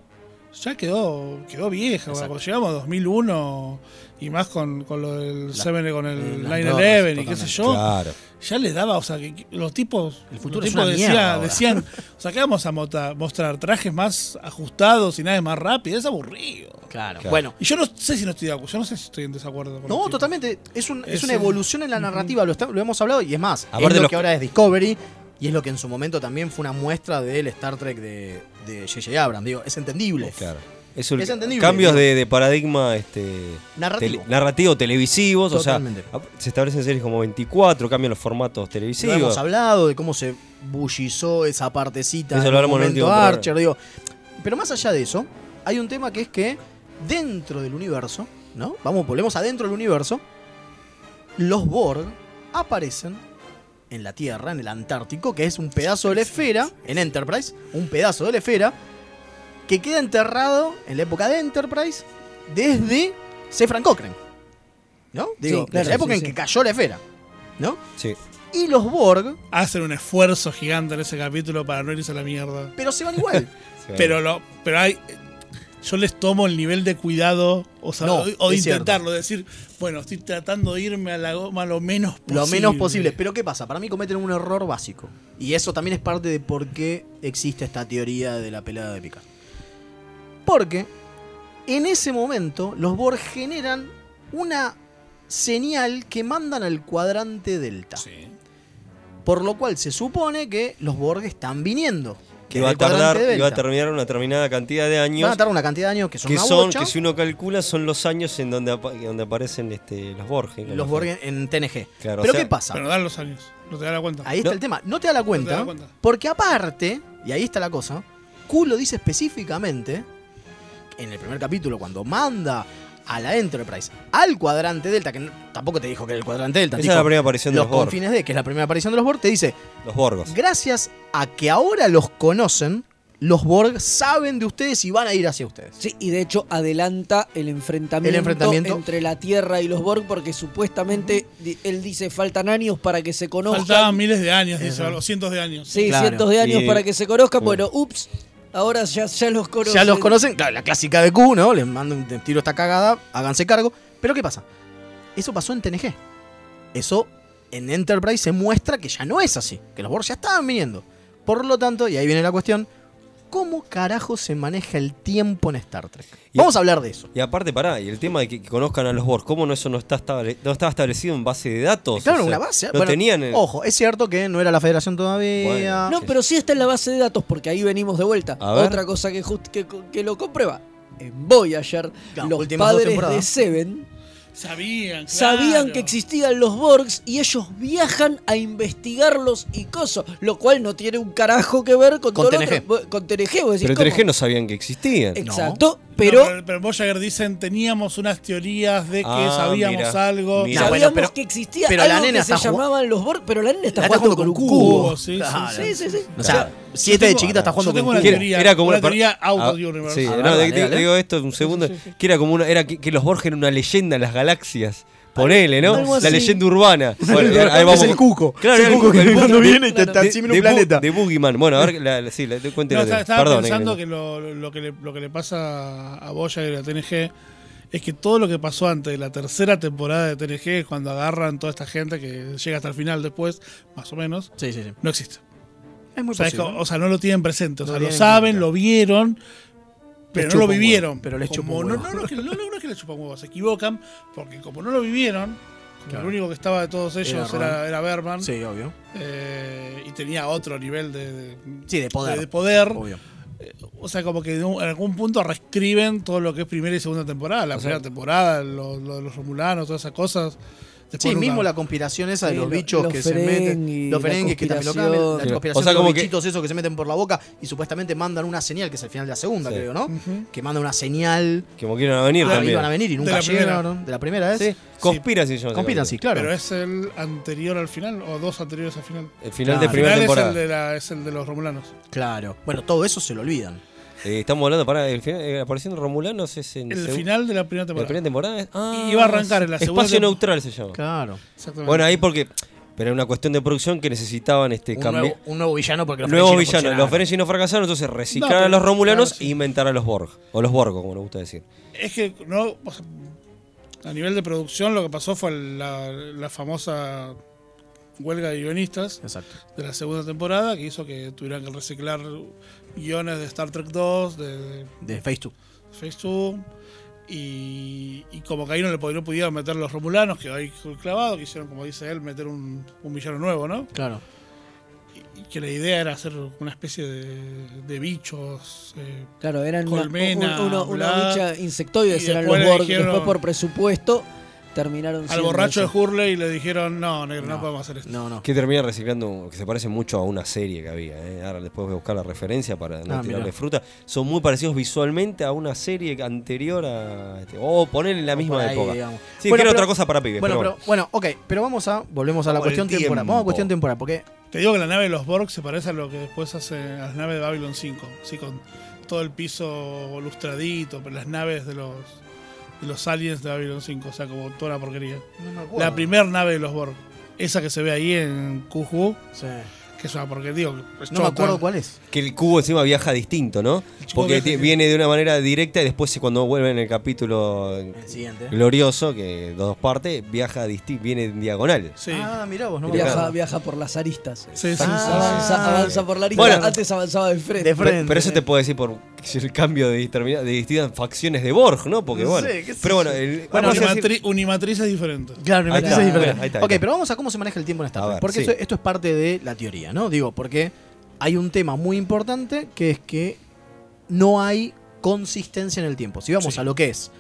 E: Ya quedó, quedó vieja.
B: Exacto.
E: Cuando llegamos a 2001 y más con, con lo del 7, con el
B: eh, las
E: 9-11 y qué
B: drogas,
E: sé yo,
D: Claro.
E: ya les daba. O sea, que que los tipos,
B: El futuro
E: los
B: es
E: tipos
B: una
E: decía-
B: mierda ahora. [LAUGHS]
E: decían: O sea, que vamos a mota- mostrar trajes más ajustados y nada más rápido. Es aburrido.
B: Claro.
D: Claro.
B: Bueno.
E: Y yo no sé si no estoy de acuerdo. Yo no sé si estoy en desacuerdo. con los
B: No,
E: tipos.
B: totalmente. Es, un- es
E: Es
B: una
E: un-
B: evolución en la narrativa. Lo, está- lo hemos hablado y es más.
D: Aparte
B: es lo
D: los-
B: que ahora es Discovery y es lo que en su momento también fue una muestra del Star Trek de de J.J. Abrams. Digo, es entendible.
D: Claro. Es un-
B: Es entendible,
D: cambios
B: digo.
D: de, de paradigma este,
B: Narrativo.
D: tele- narrativo, televisivos.
B: Totalmente.
D: O sea, se establecen series como 24, cambian los formatos
B: Lo
D: televisivos.
B: hemos hablado de cómo se bullizó esa partecita
D: Eso
B: en
D: lo
B: el
D: hablamos en el
B: momento
D: último
B: Archer, digo. Pero más allá de eso, hay un tema que es que dentro del universo, ¿no? Vamos, volvemos adentro del universo. Los Borg aparecen en la Tierra, en el Antártico, que es un pedazo de la esfera, en Enterprise, un pedazo de la esfera, que queda enterrado en la época de Enterprise desde Sefran Cochrane. ¿No? Digo,
C: claro,
B: desde la época en
C: sí, sí.
B: que cayó la esfera. ¿No?
D: Sí.
B: Y los Borg
E: Hacen un esfuerzo gigante en ese capítulo para no irse a la mierda. [LAUGHS]
B: pero se van igual.
D: Sí.
E: Pero lo, pero hay. yo les tomo el nivel de cuidado o, sea,
B: No,
E: o- o de
B: es cierto.
E: intentarlo, de decir, bueno, estoy tratando de irme a la goma lo menos posible.
B: Lo menos posible. Pero ¿qué pasa? Para mí cometen un error básico. Y eso también es parte de por qué existe esta teoría de la pelada de Picard. Porque en ese momento los Borg generan una señal que mandan al cuadrante delta.
E: Sí.
B: Por lo cual se supone que los Borg están viniendo.
D: Que
B: En
D: va a
B: el cuadrante
D: tardar,
B: delta.
D: iba a terminar una determinada cantidad de
B: Van a
D: años.
B: tardar una cantidad de años que son
D: Que
B: una
D: son,
B: bocha,
D: que si uno calcula, son los años en donde, apa- donde aparecen este, los Borges.
B: los Borg en, en TNG.
D: Claro, o
B: Pero
D: sea-
B: ¿qué pasa?
E: Pero dan los años, no te das la cuenta.
B: Ahí está
D: No.
B: el tema. No te da la cuenta.
E: da cuenta.
B: Porque aparte, y ahí está la cosa, Q lo dice específicamente en el primer capítulo cuando manda a la Enterprise al cuadrante Delta, que no- tampoco te dijo que era el cuadrante Delta,
D: Esa
B: te
D: es la
B: dijo
D: primera aparición de
B: los
D: los Borg.
B: confines de, que es la primera aparición de los Borg, te dice,
D: Los Borgos.
B: gracias a que ahora los conocen, los Borg saben de ustedes y van a ir hacia ustedes.
C: Sí, y de hecho adelanta el enfrentamiento,
B: El enfrentamiento.
C: entre la Tierra y los Borg porque supuestamente di- él dice faltan años para que se conozcan.
E: Faltaban miles de años, dice,
B: Ajá.
E: o cientos de años.
C: sí,
B: Claro.
C: cientos de años
D: Y-
C: para que se conozcan. Bueno, ups, ahora ya, ya los conocen.
B: Ya los conocen, claro, la clásica de Q, ¿no? Les mando un tiro esta cagada, háganse cargo. Pero ¿qué pasa? Eso pasó en TNG. Eso en Enterprise se muestra que ya no es así, que los Borg ya estaban viniendo. Por lo tanto, y ahí viene la cuestión, ¿cómo carajo se maneja el tiempo en Star Trek?
D: Y-
B: Vamos a hablar de eso.
D: Y aparte, pará, y el tema de que, que conozcan a los Borg, ¿cómo no eso no está estable- no estaba establecido en base de datos?
B: Claro,
D: O sea,
B: una base.
D: No
B: bueno,
D: tenían. el-
B: Ojo, es cierto que no era la Federación todavía.
D: Bueno.
C: No, pero sí está en la base de datos porque ahí venimos de vuelta.
D: A ver.
C: Otra cosa que, just- que, que lo comprueba. En Voyager,
B: Claro,
C: los
B: últimas dos
C: padres de
B: temporadas.
C: Seven
E: Sabían, claro.
C: sabían que existían los Borgs y ellos viajan a investigarlos y cosas, lo cual no tiene un carajo que ver con,
B: Con
C: todo lo
B: TNG.
C: otro. Con TNG, vos decís,
D: pero
C: ¿cómo?
D: TNG no sabían que existían.
C: Exacto,
E: No,
C: pero,
E: pero, pero Voyager dicen, teníamos unas teorías de que
D: Ah,
E: sabíamos
D: mira,
E: algo.
D: mira.
B: No, bueno,
C: sabíamos
B: pero-
C: que existía
B: pero
C: algo
B: la nena
C: que se
B: está jugando-
C: llamaban los Borg, pero la nena está,
B: La está
C: jugando
B: jugando
C: con un
B: con
C: cubo.
B: cubo.
E: Oh, sí, sí,
B: Claro.
E: sí.
C: Sí, sí, sí.
B: O sea, siete de chiquita está jugando
E: Yo tengo
B: con
E: una
B: Q.
D: Que-
E: teoría,
D: era como
E: una
D: una par-
E: teoría out
D: Ah,
E: of the universe.
D: sí,
E: A ver,
D: no,
B: dale,
D: de- de-
B: dale.
D: digo esto un segundo. Que era como una, era que, que los Borg eran una leyenda en las galaxias. Ponele, ¿no?
C: Algo
D: La
C: así.
D: leyenda
E: [LAUGHS]
D: urbana. Bueno, ahí
B: Es
D: vamos.
B: el cuco.
D: Claro,
B: es
D: era
B: el cuco que
D: el cuco.
B: cuando viene y te
C: Claro.
B: te
D: De-
B: encima
D: de
B: un
D: bu-
B: planeta.
D: De Boogeyman. Bueno, a ver, la, la- sí, la, te cuento
E: No,
D: la-
E: estaba, estaba
D: Perdón,
E: pensando
D: eh,
E: que lo, lo que le, lo que le pasa a Voyager y a TNG es que todo lo que pasó antes de la tercera temporada de TNG, es cuando agarran toda esta gente que llega hasta el final después, más o menos,
B: Sí, sí, sí.
E: no existe.
B: Es muy
E: O sea, es
B: posible.
E: como- o sea, no lo tienen presente. O
B: No
E: sea, lo
B: tienen
E: saben,
B: cuenta.
E: lo vieron,
B: Les
E: pero no
B: chupa un
E: lo
B: huevo,
E: vivieron.
B: pero les
E: Como
B: chupa un
E: no,
B: huevo.
E: no, no, es que- no, no, no es que les chupan huevos, se equivocan, porque como no lo vivieron, como
B: Claro.
E: el único que estaba de todos ellos
B: Ron.
E: era, era Berman,
B: Sí, obvio.
E: eh, y tenía otro nivel de, de-
B: Sí, de poder.
E: de- de poder.
B: Obvio.
E: O sea, como que de un- en algún punto reescriben todo lo que es primera y segunda temporada. La primera temporada, lo, lo de los romulanos, todas esas cosas. Después
B: Sí,
E: nunca-
B: mismo la conspiración esa de
C: Sí,
B: los
C: lo-
B: bichos
C: los
B: que
C: Ferengi,
B: se meten, los
C: la
B: Ferengi que también lo cambian,
C: conspiración.
B: la conspiración
D: O sea,
B: de los
D: como que-
B: bichitos esos que se meten por la boca y supuestamente mandan una señal, que es el final de la segunda,
D: Sí.
B: creo, ¿no? Que manda una señal
D: que como que iban a venir
B: ah,
D: también.
B: iban a venir y nunca
E: la primera.
B: llegaron. De la primera es.
D: Sí, Conspira, si yo no sé
B: Conspiran,
D: cuál
B: sí,
D: es.
B: claro.
E: Pero es el anterior al final, o dos anteriores al final.
D: El final
B: Claro.
D: Ah, de
B: El
D: primera
E: final
D: temporada.
E: Es, el de la- es el de los romulanos.
B: Claro. Bueno, todo eso se lo olvidan.
D: Eh, estamos hablando, para el final, eh, apareciendo Romulanos es en
E: El
D: segu-
E: final de la primera
D: la
E: temporada.
D: primera temporada. es- ah,
E: Iba a arrancar en la segunda
D: Espacio
E: tem-
D: neutral se llama.
B: Claro.
E: Exactamente.
D: Bueno, ahí porque. Pero era una cuestión de producción que necesitaban este
B: Un
D: cambiar.
B: nuevo, un nuevo villano porque los
D: Nuevos
B: Ferengi no
D: villanos.
B: funcionaron.
D: Los Ferengi no fracasaron, entonces reciclar
E: No,
D: a los
E: pero-
D: Romulanos
E: claro, sí.
D: e inventar a los Borg. O los Borgos, como nos gusta decir.
E: Es que no. o sea, a nivel de producción, lo que pasó fue la, la famosa huelga de guionistas
B: Exacto.
E: de la segunda temporada que hizo que tuvieran que reciclar guiones de Star Trek 2, de
B: De Phase 2.
E: Facebook y, y como que ahí no le pod- no pudieron meter los romulanos, que ahí fue clavado, que hicieron, como dice él, meter un, un villano nuevo, ¿no?
B: Claro.
E: Y, y que la idea era hacer una especie de, de bichos. eh,
C: Claro, eran una-
E: Colmena,
C: un- uno- una,
E: bla.
C: bicha insectoides,
E: Y
C: eran los
E: después le
C: Borg.
E: dijeron-
C: Después, por presupuesto, terminaron
E: al
C: siendo
E: borracho
C: eso.
E: de Hurley y le dijeron, no, negro, no, podemos hacer esto.
B: No, no.
D: Que termina reciclando, que se parece mucho a una serie que había. ¿eh? Ahora después voy a buscar la referencia para no
B: Ah,
D: tirarle
B: mirá.
D: fruta. Son muy parecidos visualmente a una serie anterior a. Este, o ponerle en la misma
B: por ahí,
D: época.
B: digamos.
D: Sí,
B: Bueno,
D: que era
B: pero-
D: otra cosa para pibes.
B: Bueno,
D: pero
B: pero,
D: bueno.
B: bueno, ok, pero vamos a, volvemos a la
D: Vamos al
B: cuestión temporal.
D: tiempo.
B: Vamos a cuestión temporal, porque
E: Te digo que la nave de los Borg se parece a lo que después hace las naves de Babylon 5, sí, con todo el piso lustradito, pero las naves de los, de los aliens de Babylon 5, o sea, como toda la porquería.
B: no me acuerdo.
E: La primera nave de los Borg, esa que se ve ahí en Kuhu.
B: Sí.
E: que es una porque digo, es
B: No me
E: chota.
B: acuerdo cuál es.
D: Que el cubo encima viaja distinto, ¿no?
E: cubo
D: Porque
E: viaja
D: ti-
E: distinto.
D: viene de una manera directa y después cuando vuelve en el capítulo
B: El siguiente.
D: glorioso, que dos partes, viaja distinto, viene en diagonal.
E: Sí.
B: Ah, mirá vos, no me
C: Viaja,
B: acuerdo.
C: viaja por las aristas.
E: Sí, sí,
B: Ah,
E: sí,
C: Avanza, avanza por la arista.
D: Bueno.
C: Antes avanzaba de frente.
B: De
D: Pero-
B: frente.
D: Pero eso te puedo decir por el cambio de, determina- de distintas facciones de Borg, ¿no? Porque
B: No
D: bueno.
B: sé, qué sé
D: pero bueno,
B: yo.
D: el-
E: Bueno,
D: vamos a decir-
E: unimatri- unimatriz es diferente.
B: Claro, me
D: Ahí
B: parece
D: está,
B: diferente.
D: mira, ahí está, ahí
B: ok,
D: está.
B: pero vamos a cómo se maneja el tiempo en Star
D: A
B: Trek.
D: ver,
B: porque
D: sí.
B: eso- esto es parte de la teoría, ¿no? Digo, porque hay un tema muy importante que es que no hay consistencia en el tiempo. Si vamos
E: Sí.
B: a lo que es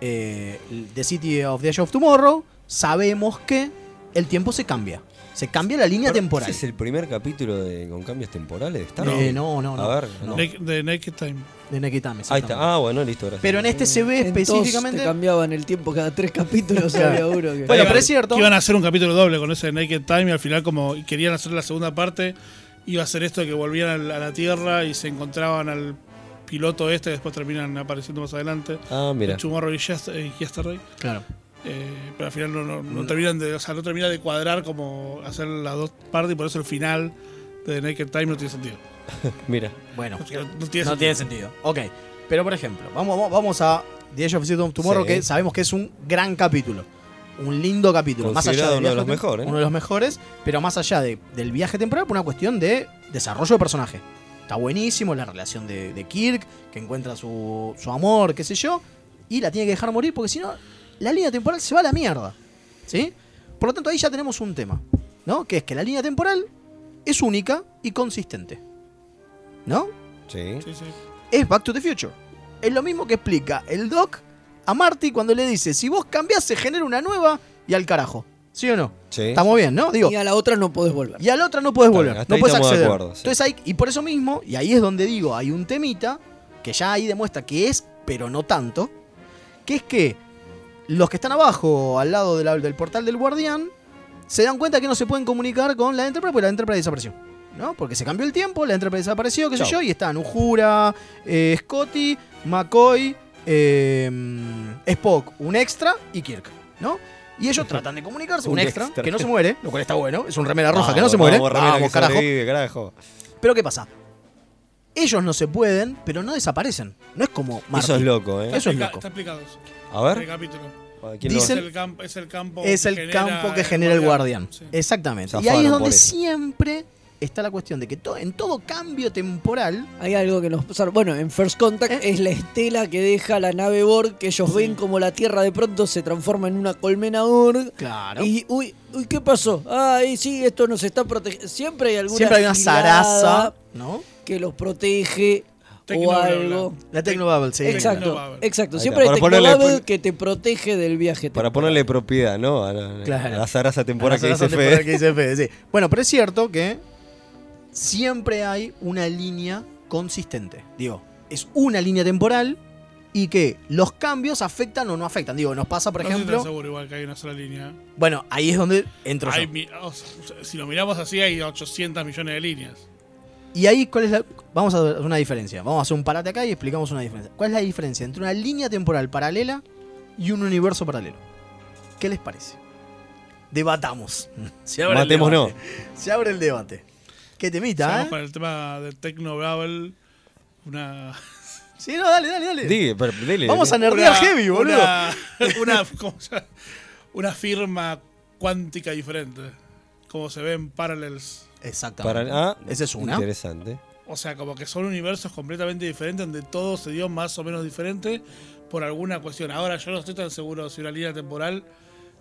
B: eh, The City of the Age of Tomorrow, sabemos que el tiempo se cambia. Se cambia la línea
D: Pero,
B: temporal.
D: ¿Ese es el primer capítulo de- con cambios temporales de Star
B: Eh, no, no, no.
D: A ver, no.
E: Nak- De Naked Time.
B: De Nekitame,
D: Ahí
B: exactamente.
D: está. Ah, bueno, listo, gracias.
B: Pero en este se ve
C: En todos
B: específicamente.
C: Te cambiaban el tiempo cada tres capítulos.
B: Claro.
C: había uno que.
B: Bueno,
E: Iban-
B: pero es cierto.
E: que Iban a hacer un capítulo doble con ese de Naked Time y al final, como querían hacer la segunda parte, iba a ser esto de que volvían al- a la Tierra y se encontraban al piloto este, después terminan apareciendo más adelante.
D: Ah, mira.
E: Tomorrow y Yes- eh, Yesterday.
B: Claro.
E: Eh, pero al final no, no- no terminan de, o sea, no termina de cuadrar como hacer las dos partes y por eso el final de Naked Time no tiene sentido.
D: Mira.
B: Bueno.
E: No, tiene- no tiene
B: No
E: sentido.
B: tiene sentido. Ok. Pero por ejemplo, vamos, vamos- vamos a The Age of Tomorrow, Tomorrow,
D: Sí.
B: que sabemos que es un gran capítulo. Un lindo capítulo. Más allá
D: Considerado
B: del
D: uno de
B: viaje
D: los
B: tem-
D: mejores.
B: Uno de los mejores. Pero más allá de- del viaje temporal, por una cuestión de desarrollo de personaje. Está buenísimo la relación de, de Kirk, que encuentra su, su amor, qué sé yo, y la tiene que dejar morir, porque si no, la línea temporal se va a la mierda. ¿Sí? Por lo tanto, ahí ya tenemos un tema, ¿no? Que es que la línea temporal es única y consistente. ¿No?
D: Sí.
E: Sí, sí.
B: es Back to the Future. Es lo mismo que explica el Doc a Marty cuando le dice, si vos cambiás se genera una nueva y al carajo. ¿Sí o no?
D: Sí.
B: Estamos bien, ¿no? Digo,
C: Y a la otra no podés volver.
B: y a la otra no puedes
D: Está
B: volver,
D: bien, hasta
B: no
D: ahí
B: puedes
D: estamos de
B: acceder.
D: acuerdo, sí.
B: Entonces hay, y por eso mismo, y ahí es donde digo, hay un temita que ya ahí demuestra que es, pero no tanto, que es que los que están abajo, al lado de la- del portal del guardián, se dan cuenta que no se pueden comunicar con la Enterprise, porque la Enterprise desapareció. ¿No? Porque se cambió el tiempo, la Enterprise desapareció, qué sé
D: Chau.
B: yo, y están Uhura, eh, Scotty, McCoy, eh, Spock, un extra y Kirk, ¿no? Y ellos tratan de comunicarse, un,
D: Un
B: extra,
D: extra.
B: que no se muere, lo cual está bueno, es un remera roja que no se
D: Vamos,
B: muere.
D: vamos, remera,
B: Vamos,
D: que
B: carajo.
D: sobrevive, carajo.
B: Pero ¿qué pasa? Ellos no se pueden, pero no desaparecen. No es como Marty.
D: Eso es loco, ¿eh?
B: Eso es
E: Está-
B: loco.
E: Está explicado eso.
D: A
E: El
D: ver.
E: capítulo.
D: ¿quién
E: Es
B: Dicen-
D: lo
E: el, campo, es el campo
B: Es el campo que genera el guardián. Eh,
E: Sí.
B: Exactamente. y
D: Zafaron
B: ahí es
D: por
B: donde
D: eso.
B: siempre está la cuestión de que to- en todo cambio temporal,
C: Hay algo que nos pasa. Bueno, en First Contact
B: ¿Eh?
C: es la estela que deja la nave Borg, que ellos ven como la Tierra de pronto se transforma en una colmena Borg.
B: claro,
C: Y, uy, uy, ¿qué pasó? Ay, sí, esto nos está protegiendo. Siempre hay alguna
B: siempre hay una
C: gilada
B: zaraza, ¿no?
C: que los protege o
E: Tecnobla.
C: algo.
B: La Tecnobubble, sí.
C: Exacto,
E: Tecnobubble.
C: exacto.
D: Ahí
C: Siempre
D: está,
C: hay
D: para ponerle-
C: Tecnobubble
D: pon-
C: que te protege del viaje.
D: Para ponerle propiedad, ¿no? A la,
B: Claro.
D: a la zaraza temporal que
B: La zaraza
D: dice
B: temporal
D: Fede.
B: que dice Fede, sí. Bueno, pero es cierto que siempre hay una línea consistente. Digo, es una línea temporal y que los cambios afectan o no afectan. Digo, nos pasa, por
E: No estoy tan
B: ejemplo.
E: seguro igual que hay una sola línea.
B: Bueno, ahí es donde entro
E: Hay
B: yo.
E: mi- o sea, si lo miramos así, hay 800 millones de líneas.
B: Y ahí, ¿cuál es la.? Vamos a hacer una diferencia. Vamos a hacer un parate acá y explicamos una diferencia. ¿Cuál es la diferencia entre una línea temporal paralela y un universo paralelo? ¿Qué les parece?
E: [LAUGHS]
B: Debatamos. Se abre el
D: Matemos, no.
B: debate. Se abre el debate. Qué temita,
E: Vamos
B: ¿eh?
E: con el tema de Tecnobubble. Una.
B: Sí, no, dale,
D: [LAUGHS]
B: dale, dale.
D: Dile, pero dile.
B: Vamos a nerdear heavy, boludo.
E: Una,
B: [LAUGHS]
E: una, ¿cómo se llama? una firma cuántica diferente. Como se ve en Parallels.
B: Exactamente.
D: Para, ah,
B: Esa es una.
D: Interesante.
E: O sea, como que son universos completamente diferentes donde todo se dio más o menos diferente por alguna cuestión. Ahora yo no estoy tan seguro si una línea temporal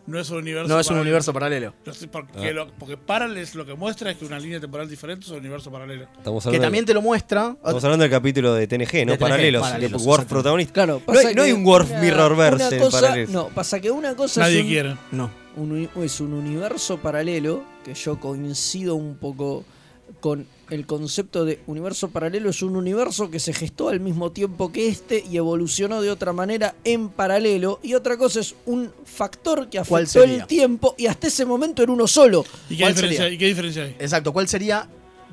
E: no es un universo.
B: No es un
E: paralelo.
B: universo paralelo.
E: No sé, Porque, lo- porque Parallels lo que muestra es que una línea temporal diferente es un universo paralelo.
D: Estamos
B: Que
D: hablando,
B: también te lo muestra.
D: estamos hablando del capítulo de TNG, ¿no?
B: De TNG,
D: paralelos.
B: paralelos,
D: Worf
B: exactamente.
D: protagonista.
C: Claro,
D: no
C: pasa
D: hay, no hay
C: que
D: un Worf
C: una-
D: Mirrorverse
C: una
D: en
C: cosa-
D: paralelos.
C: No, pasa que una cosa
E: Nadie
C: es un-
E: quiere.
B: No.
C: un uni- es un universo paralelo, que yo coincido un poco con el concepto de universo paralelo, es un universo que se gestó al mismo tiempo que este y evolucionó de otra manera en paralelo, y otra cosa es un factor que
B: ¿Cuál
C: afectó
B: sería?
C: el tiempo y hasta ese momento era uno solo.
E: ¿Y qué,
B: ¿Cuál
E: diferencia,
B: sería?
E: ¿Y qué diferencia hay?
B: Exacto. ¿Cuál sería,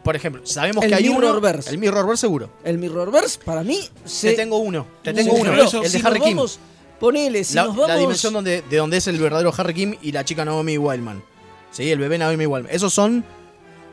B: por ejemplo, sabemos
C: El
B: que hay uno.
C: Mirrorverse.
B: El Mirrorverse seguro.
C: El Mirrorverse para mí se...
B: Te tengo uno. Te tengo
E: Sí,
B: uno.
E: pero eso-
B: El de
C: si
B: Harry
C: nos
B: Kim.
C: vamos- Ponele, si
B: la,
C: nos
B: la
C: vamos...
B: dimensión donde, de donde es el verdadero Harry Kim y la chica Naomi Wildman. Sí, el bebé Naomi Wildman. Esos son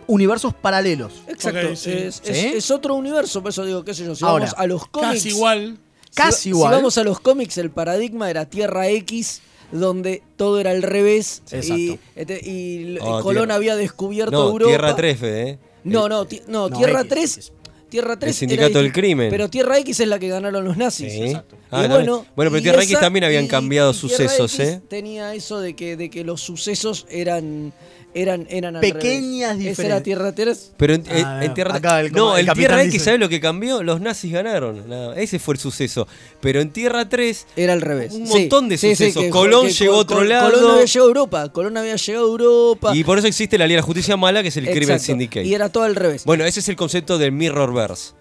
B: universos paralelos.
C: Exacto.
E: Ok, sí.
C: Es,
B: ¿Sí?
C: es- es otro universo, por eso digo, qué sé yo, si
B: Ahora,
C: vamos a los cómics.
E: Casi igual.
C: si va-
B: Casi
C: si
B: igual.
C: vamos a los cómics, el paradigma era Tierra X, donde todo era al revés.
B: Exacto.
C: Y, este- y l-
D: Oh,
C: Colón
D: tierra-
C: había descubierto
D: No,
C: Europa.
D: Tierra 3, Fede, ¿eh?
C: No, no, ti- no,
B: no,
C: Tierra
B: X,
C: 3.
B: X.
C: Tierra 3 era
D: sindicato del
C: distinto,
D: crimen.
C: Pero Tierra X es la que ganaron los nazis.
D: Sí. Exacto.
C: Y
D: Ah,
C: bueno,
D: también. Bueno, pero
C: y
D: Tierra X
C: esa-
D: también habían
C: y-
D: cambiado
C: y Tierra
D: sucesos,
C: X
D: ¿eh?
C: Tenía eso de que, de que los sucesos eran eran eran al
B: Pequeñas
C: revés. Esa
B: diferen-
C: era Tierra 3.
D: Pero en, en-
B: Ah,
D: en Tierra
B: acá el- como
D: No,
B: el
D: en
B: capitán
D: Tierra X,
B: dice.
D: ¿sabes lo que cambió? Los nazis ganaron. Nada, ese fue el suceso. Pero en Tierra 3
C: Era al revés.
D: Un
C: Sí,
D: montón de
C: sí, sí,
D: sucesos.
C: que-
D: Colón
C: que-
D: llegó a otro
C: Col-
D: lado.
C: Colón había llegado a Europa. Colón había llegado a Europa.
D: Y por eso existe la Liga de la Justicia Mala, que es el Crimen
C: Exacto.
D: Syndicate.
C: Y era todo al revés.
D: Bueno, ese es el concepto del Mirrorverse.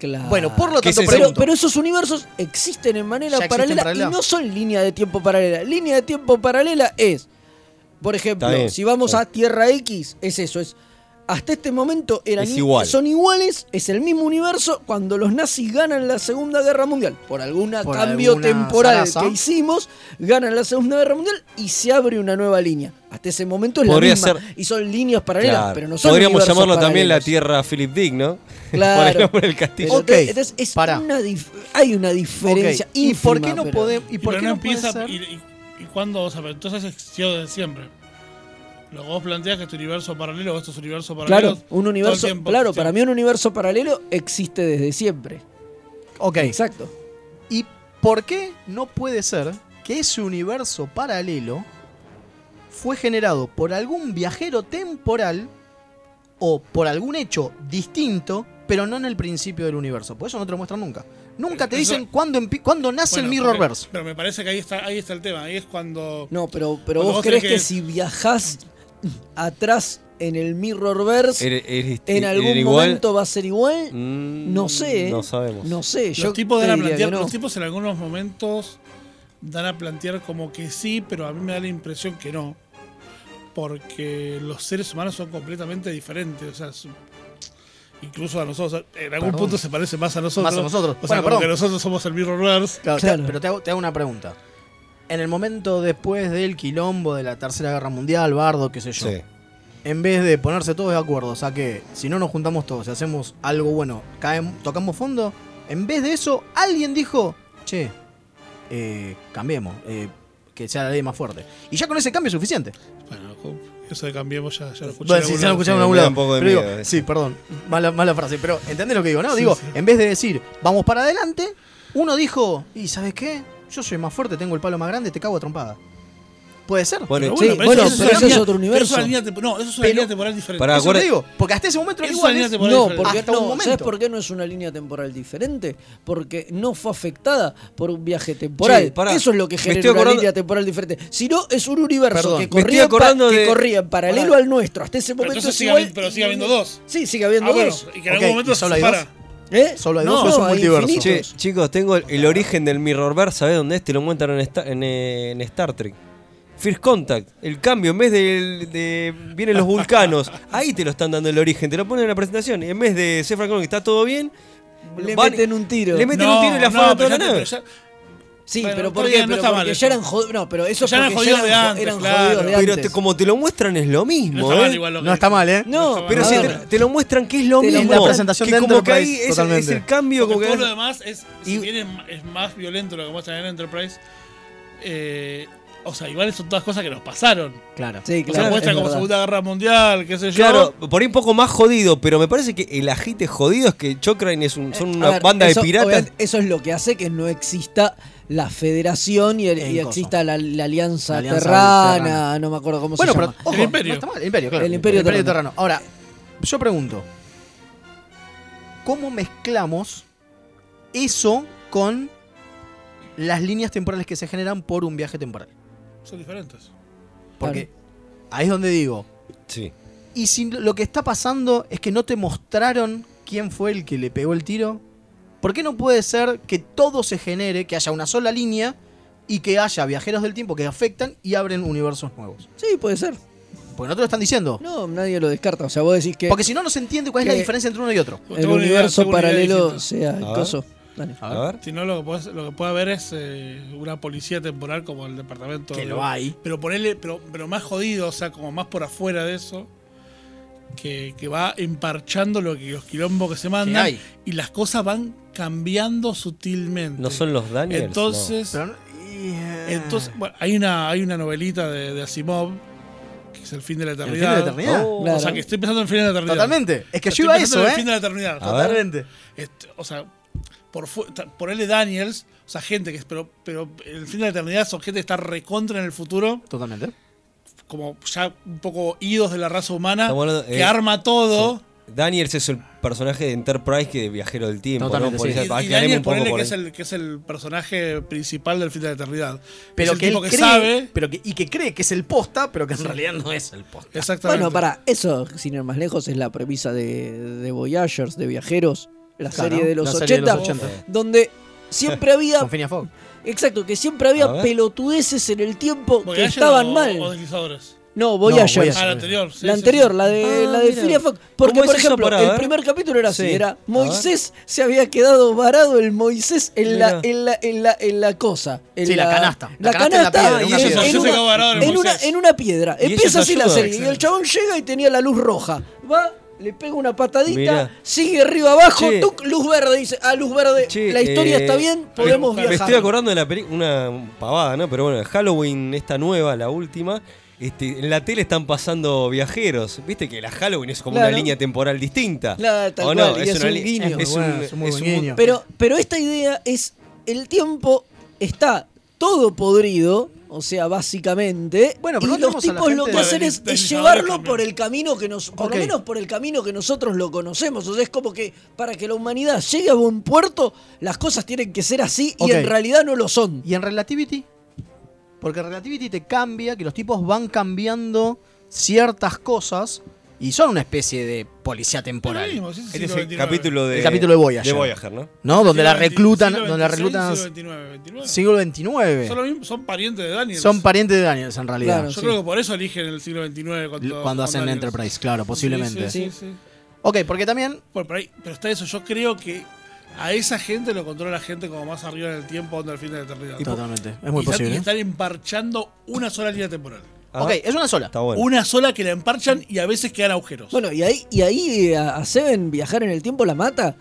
C: Claro.
B: Bueno, por lo
D: ¿Qué
B: tanto,
D: es eso?
B: pregunto.
C: Pero, pero esos universos existen en manera
B: Ya existen
C: paralela
B: paralela.
C: y no son línea de tiempo paralela. Línea de tiempo paralela es, por ejemplo,
D: Está bien,
C: si vamos
D: está
C: a Tierra X, es eso, es hasta este momento eran
D: Es
C: i-
D: igual.
C: son iguales, es el mismo universo cuando los nazis ganan la Segunda Guerra Mundial. Por algún
B: Por
C: cambio
B: alguna
C: temporal
B: zaraza.
C: que hicimos, ganan la Segunda Guerra Mundial y se abre una nueva línea. Hasta ese momento es
D: Podría
C: la misma.
D: ser-
C: Y son líneas paralelas,
D: Claro.
C: pero no son
D: Podríamos
C: universos
D: llamarlo también la
C: paralelos.
D: Tierra Philip Dick, ¿no? [LAUGHS]
C: Claro.
D: por el nombre del castillo.
C: Pero
B: Ok,
C: entonces- entonces es
B: pará.
C: una dif- hay una diferencia.
B: Ok, ¿Y por
C: ínfima,
B: qué no
C: pero-
B: podemos.? ¿Y
E: Y
B: por
E: pero
B: qué
E: no
B: no puede
E: empieza.
B: ser?
E: y, y- y cuándo vos sabés? Entonces existió desde siempre. Lo que vos planteas que este universo paralelo o estos universos paralelos.
C: Claro, un universo.
E: todo el tiempo
C: Claro,
E: existió.
C: para mí un universo paralelo existe desde siempre.
B: Ok.
C: Exacto.
B: ¿Y por qué no puede ser que ese universo paralelo fue generado por algún viajero temporal o por algún hecho distinto, pero no en el principio del universo? Por eso no te lo muestran nunca. Nunca te
E: Eh, Eso-
B: dicen cuándo, empi- cuándo nace
E: Bueno,
B: el
E: porque-
B: Mirrorverse.
E: Pero me parece que ahí está, ahí está el tema. Ahí es cuando.
C: No, pero, pero
E: Cuando
C: vos
E: vos
C: crees que,
E: tenés que-
C: si viajás atrás en el Mirrorverse,
D: Era- era-
C: en
D: era
C: algún
D: igual.
C: momento va a ser igual.
D: Mm,
C: No sé. ¿eh?
D: No sabemos.
C: No sé. yo
E: los tipos
C: te
E: dan a
C: diría que
E: plantear.
C: no.
E: Los tipos en algunos momentos dan a plantear como que sí, pero a mí me da la impresión que no. Porque los seres humanos son completamente diferentes. O sea, su- incluso a nosotros. o sea, en algún
B: Perdón.
E: punto se parece más a nosotros.
B: Más a nosotros.
E: O sea,
B: Bueno,
E: como
B: perdón.
E: que nosotros somos el Mirrorverse.
B: Claro, te-
C: Claro.
B: pero te hago, te hago una pregunta. En el momento después del quilombo de la Tercera Guerra Mundial, Bardo, qué sé yo,
D: Sí.
B: en vez de ponerse todos de acuerdo, o sea que si no nos juntamos todos y hacemos algo bueno, caem- tocamos fondo, en vez de eso, alguien dijo, che, eh, cambiemos, eh, que sea la ley más fuerte. Y ya con ese cambio es suficiente.
E: Bueno, eso de cambiemos ya, ya lo escuché.
B: Bueno, sí,
E: en
B: ya lo
E: algún
B: escucharon en
E: lado.
D: sí,
B: algún
D: me da
B: lado,
D: un poco de
B: pero digo,
D: miedo eso.
B: sí, perdón, mala, mala frase, pero ¿entendés lo que digo? No, digo, en vez de decir, vamos para adelante, uno dijo, ¿y sabes qué? Yo soy más fuerte, tengo el palo más grande, te cago a trompada. ¿Puede ser?
D: Bueno,
E: Pero
C: Sí,
E: pero
C: bueno,
E: eso
C: pero
E: es
C: eso
E: una
C: es
E: línea-
C: otro
E: pero
C: universo.
E: eso es una línea tempo- no, eso es una
B: Pero-
E: línea temporal diferente. Ah,
D: Pará,
B: Eso
D: acuerda-
B: te digo, porque hasta ese momento eran
E: Eso
B: iguales.
E: ni te
C: No,
E: Temporal
C: porque
B: diferente. Hasta un
C: no,
B: momento.
C: ¿sabes por qué no es una línea temporal diferente? Porque no fue afectada por un viaje temporal.
D: Che, pará.
C: Eso es lo que
D: Me
C: genera
D: estoy
C: una
D: acordando-
C: línea temporal diferente. Si no, es un universo
B: Perdón.
C: que,
B: Me estoy
C: corría en pa-
D: acordando
C: que
D: de-
C: corría en paralelo al nuestro. Hasta ese momento
E: entonces
C: es
E: sigue
C: igual
E: habiendo- pero
C: y-
E: sigue habiendo dos.
C: Sí, sigue habiendo
E: Ah, bueno,
C: dos.
E: y
B: Ok,
E: que en algún
B: ¿y
E: momento se
B: solo hay
E: separa.
C: ¿Eh?
B: Solo hay
C: No,
B: dos o es un
C: hay
B: multiverso.
C: infinitos.
D: Che, chicos, tengo el, el origen del Mirrorverse, ¿sabés dónde es? Te lo muestran en Star, en, eh, en Star Trek. First Contact, el cambio, en vez de, de- vienen los
C: [LAUGHS]
D: vulcanos, ahí te lo están dando el origen, te lo ponen en la presentación. En vez de Sefra Cohen, que está todo bien,
C: Le
D: van-
C: meten un tiro.
D: Le meten un tiro y la fama toda
E: no, pero
D: la
E: ya te-
D: nave.
E: pero ya-
C: sí,
E: Bueno,
C: pero
E: está
C: ¿por qué?
E: bien, no
C: Pero
E: está
C: porque
E: mal
C: ya
E: eso.
C: eran jodidos. No, pero eso es
E: Ya eran
C: porque
E: jodidos de
C: jo-
E: antes,
C: eran
E: claro.
C: jodidos de
D: Pero
C: antes.
D: te- como te lo muestran es lo
E: No
D: mismo,
E: está mal
D: ¿eh?
E: igual lo que
B: No está mal, ¿eh?
C: No,
D: Pero
C: a
D: si
C: ver,
D: te, te lo muestran que es lo
C: Te lo
D: mismo.
C: muestran. La
B: presentación
D: que
B: de
D: como que ahí
B: Enterprise,
D: es,
B: totalmente.
D: es el cambio. Como
E: Porque
D: que
E: todo lo demás es, si
D: Y-
E: bien es ma- es más violento lo que muestran en Enterprise, eh, o sea, igual son todas cosas que nos pasaron.
B: Claro.
C: Sí,
E: O sea,
C: claro.
E: muestran
C: es
E: como
C: verdad.
E: Segunda Guerra Mundial, qué sé yo.
D: Claro, por ahí un poco más jodido, pero me parece que el ajite jodido es que Chocrane es un, son
C: Eh, A
D: una
C: ver,
D: banda
C: eso,
D: de piratas.
C: obviamente, Eso es lo que hace que no exista la federación y, el-
B: En
C: y
B: coso.
C: exista la, la alianza,
B: La Alianza
C: terrana,
B: Terrana.
C: no me acuerdo cómo
B: Bueno,
C: se
B: pero
C: llama.
B: ojo,
E: El Imperio.
B: no está mal, el Imperio, claro.
C: El Imperio
B: Terrano. Ahora, yo pregunto, ¿cómo mezclamos eso con las líneas temporales que se generan por un viaje temporal?
E: Son diferentes.
B: Porque ahí es donde digo,
D: Sí.
B: y si lo que está pasando es que no te mostraron quién fue el que le pegó el tiro, ¿por qué no puede ser que todo se genere, que haya una sola línea y que haya viajeros del tiempo que afectan y abren universos nuevos?
C: Sí, puede ser.
B: Porque no te lo están diciendo.
C: No, nadie lo descarta. O sea, vos decís que
B: Porque si no, no se entiende cuál es la
C: que-
B: diferencia entre uno y otro.
E: Tengo
C: el
E: una idea,
C: universo
E: tengo una idea
C: paralelo
E: distinta.
C: sea el
D: ver.
C: coso. Dale.
D: A ver.
E: Si no, lo que, podés- lo que puede haber es eh, una policía temporal como el departamento. de-
B: hay.
E: Pero ponele, pero, pero más jodido, o sea, como más por afuera de eso. que, que va emparchando lo que, los quilombos que se mandan
B: hay.
E: y las cosas van cambiando sutilmente.
D: No son los Daniels. no.
E: Entonces,
B: Pero no- y, eh,
E: entonces bueno, hay, una, hay una novelita de, de Asimov que es El fin de la
B: ¿el fin de la
E: eternidad.
B: eternidad?
D: Oh,
C: Claro.
E: O sea, que estoy pensando en El fin de la eternidad.
B: Totalmente. Es que yo
E: Estoy
B: iba a eso,
E: pensando en El fin de
B: ¿eh?
E: la eternidad.
D: A ver.
B: Totalmente.
E: Este, o sea, por, fu- ta- por L. Daniels, o sea, gente que es, pero, pero el fin de la eternidad son gente que está recontra en el futuro,
B: ¿eh? Totalmente.
E: como ya un poco idos de la raza humana,
D: Estamos hablando-
E: que
D: eh,
E: arma todo.
D: Daniels es el personaje de Enterprise que de viajero del tiempo.
B: Totalmente,
D: ¿no? Por
B: sí.
D: esa-
E: Y- Y,
D: aclaremos
E: Daniel,
D: un poco
E: ponele
D: por
E: que
D: ahí.
E: es, el, que es el personaje principal del fin de la eternidad.
B: Pero
E: es el
B: que él
E: tipo que
B: cree,
E: sabe.
B: pero que, y que cree que es el posta, pero que en realidad no es el posta.
E: Exactamente.
C: Bueno, para eso, sin ir más lejos, es la premisa de, de Voyagers, de Viajeros, la,
B: Claro,
C: serie, de los
B: la serie de los
C: 80,
B: 80.
C: donde siempre
B: [LAUGHS]
C: había,
B: Con Phineas Fogg.
C: exacto, que siempre
D: A
C: había
D: ver.
C: pelotudeces en el tiempo
E: Voyager
C: que estaban
E: o-
C: mal.
E: o deslizadores.
C: No,
B: No,
C: Voyagers.
B: Voyager.
E: Ah, la anterior. sí,
C: la
E: sí,
C: anterior,
E: sí.
C: la de,
D: Ah,
C: la de
D: mira.
C: Phineas Fogg. Porque,
D: ¿Cómo
C: por
D: es eso?
C: ejemplo,
D: Pará, a
C: el
D: ver.
C: primer capítulo era así:
D: Sí. A
C: era
D: ver.
C: Moisés se había quedado varado el Moisés en, la,
D: Mirá.
C: en, la, en, la, en la cosa. En
B: Sí, la canasta.
C: La,
B: La
C: canasta,
B: canasta en la
D: Ah,
B: piedra,
C: y
B: una
C: ellos
B: piedra.
C: en,
E: Moisés se quedó varado en
C: una,
E: el
C: en, una,
E: Moisés.
C: en una piedra.
D: Y
C: Empieza
D: ellos
C: así la
D: ayudan.
C: serie. Y el chabón llega y tenía la luz roja. Va. Le pega una patadita,
D: Mirá.
C: sigue arriba abajo,
D: Che.
C: tuc, luz verde, dice, ah, luz verde,
D: Che,
C: la historia
D: eh,
C: está bien, podemos
E: me
D: Me
C: viajar.
D: estoy acordando de la película, una pavada, ¿no? Pero bueno, en Halloween, esta nueva, la última. Este, en la tele están pasando viajeros. Viste que la Halloween es como
C: Claro.
D: una línea temporal distinta.
C: Claro, tal
D: ¿O no?
C: cual, y es
D: una
C: un
D: li-
C: guiño.
D: Es
B: Bueno,
D: un,
B: es un muy
D: es
B: buen
D: un-
B: guiño.
C: Pero, pero esta idea es, el tiempo está todo podrido, o sea, básicamente,
B: Bueno, pero no
C: y los
B: tenemos a la
C: tipos lo
B: gente
C: que
B: de
C: hacen es,
E: Benito-
C: es
E: Benito
C: llevarlo
E: Arroyo,
C: por el camino que nos, por
B: Ok.
C: lo menos por el camino que nosotros lo conocemos, o sea, es como que para que la humanidad llegue a buen puerto, las cosas tienen que ser así
B: Ok.
C: y en realidad no lo son.
B: ¿Y en Relativity? Porque en Relativity te cambia, que los tipos van cambiando ciertas cosas y son una especie de policía
E: Lo
B: temporal.
E: mismo, sí, sí,
D: Este es
E: siglo
D: el
E: XXIX.
D: capítulo de,
B: El capítulo de Voyager.
D: ¿no?
B: ¿No? Donde
E: Siglo
B: la
E: XX,
B: reclutan.
E: siglo
B: Donde la
E: XXVI,
B: reclutan.
E: siglo XXIX, XXIX.
B: Siglo XXIX.
E: Son, lo mismo, son parientes de Daniels.
B: Son parientes de Daniels en realidad.
C: Claro,
E: Yo
C: sí.
E: creo que por eso eligen el siglo XXIX cuando,
B: Cuando, hacen
E: Daniels.
B: Enterprise, claro, posiblemente.
E: Sí, sí, sí, sí.
B: Ok, porque también.
E: Bueno, pero, ahí- pero está eso. Yo creo que a esa gente lo controla la gente como más arriba en el tiempo, donde al fin de la eternidad.
B: Totalmente. Es muy
E: y
B: posible. ¿eh?
E: Están, y están emparchando una sola línea temporal.
D: Ah,
B: ok, es una sola.
D: Está bueno.
E: Una sola que la emparchan y a veces quedan agujeros.
C: Bueno, y ahí, y ahí eh, a, a Seven viajar en el tiempo la mata.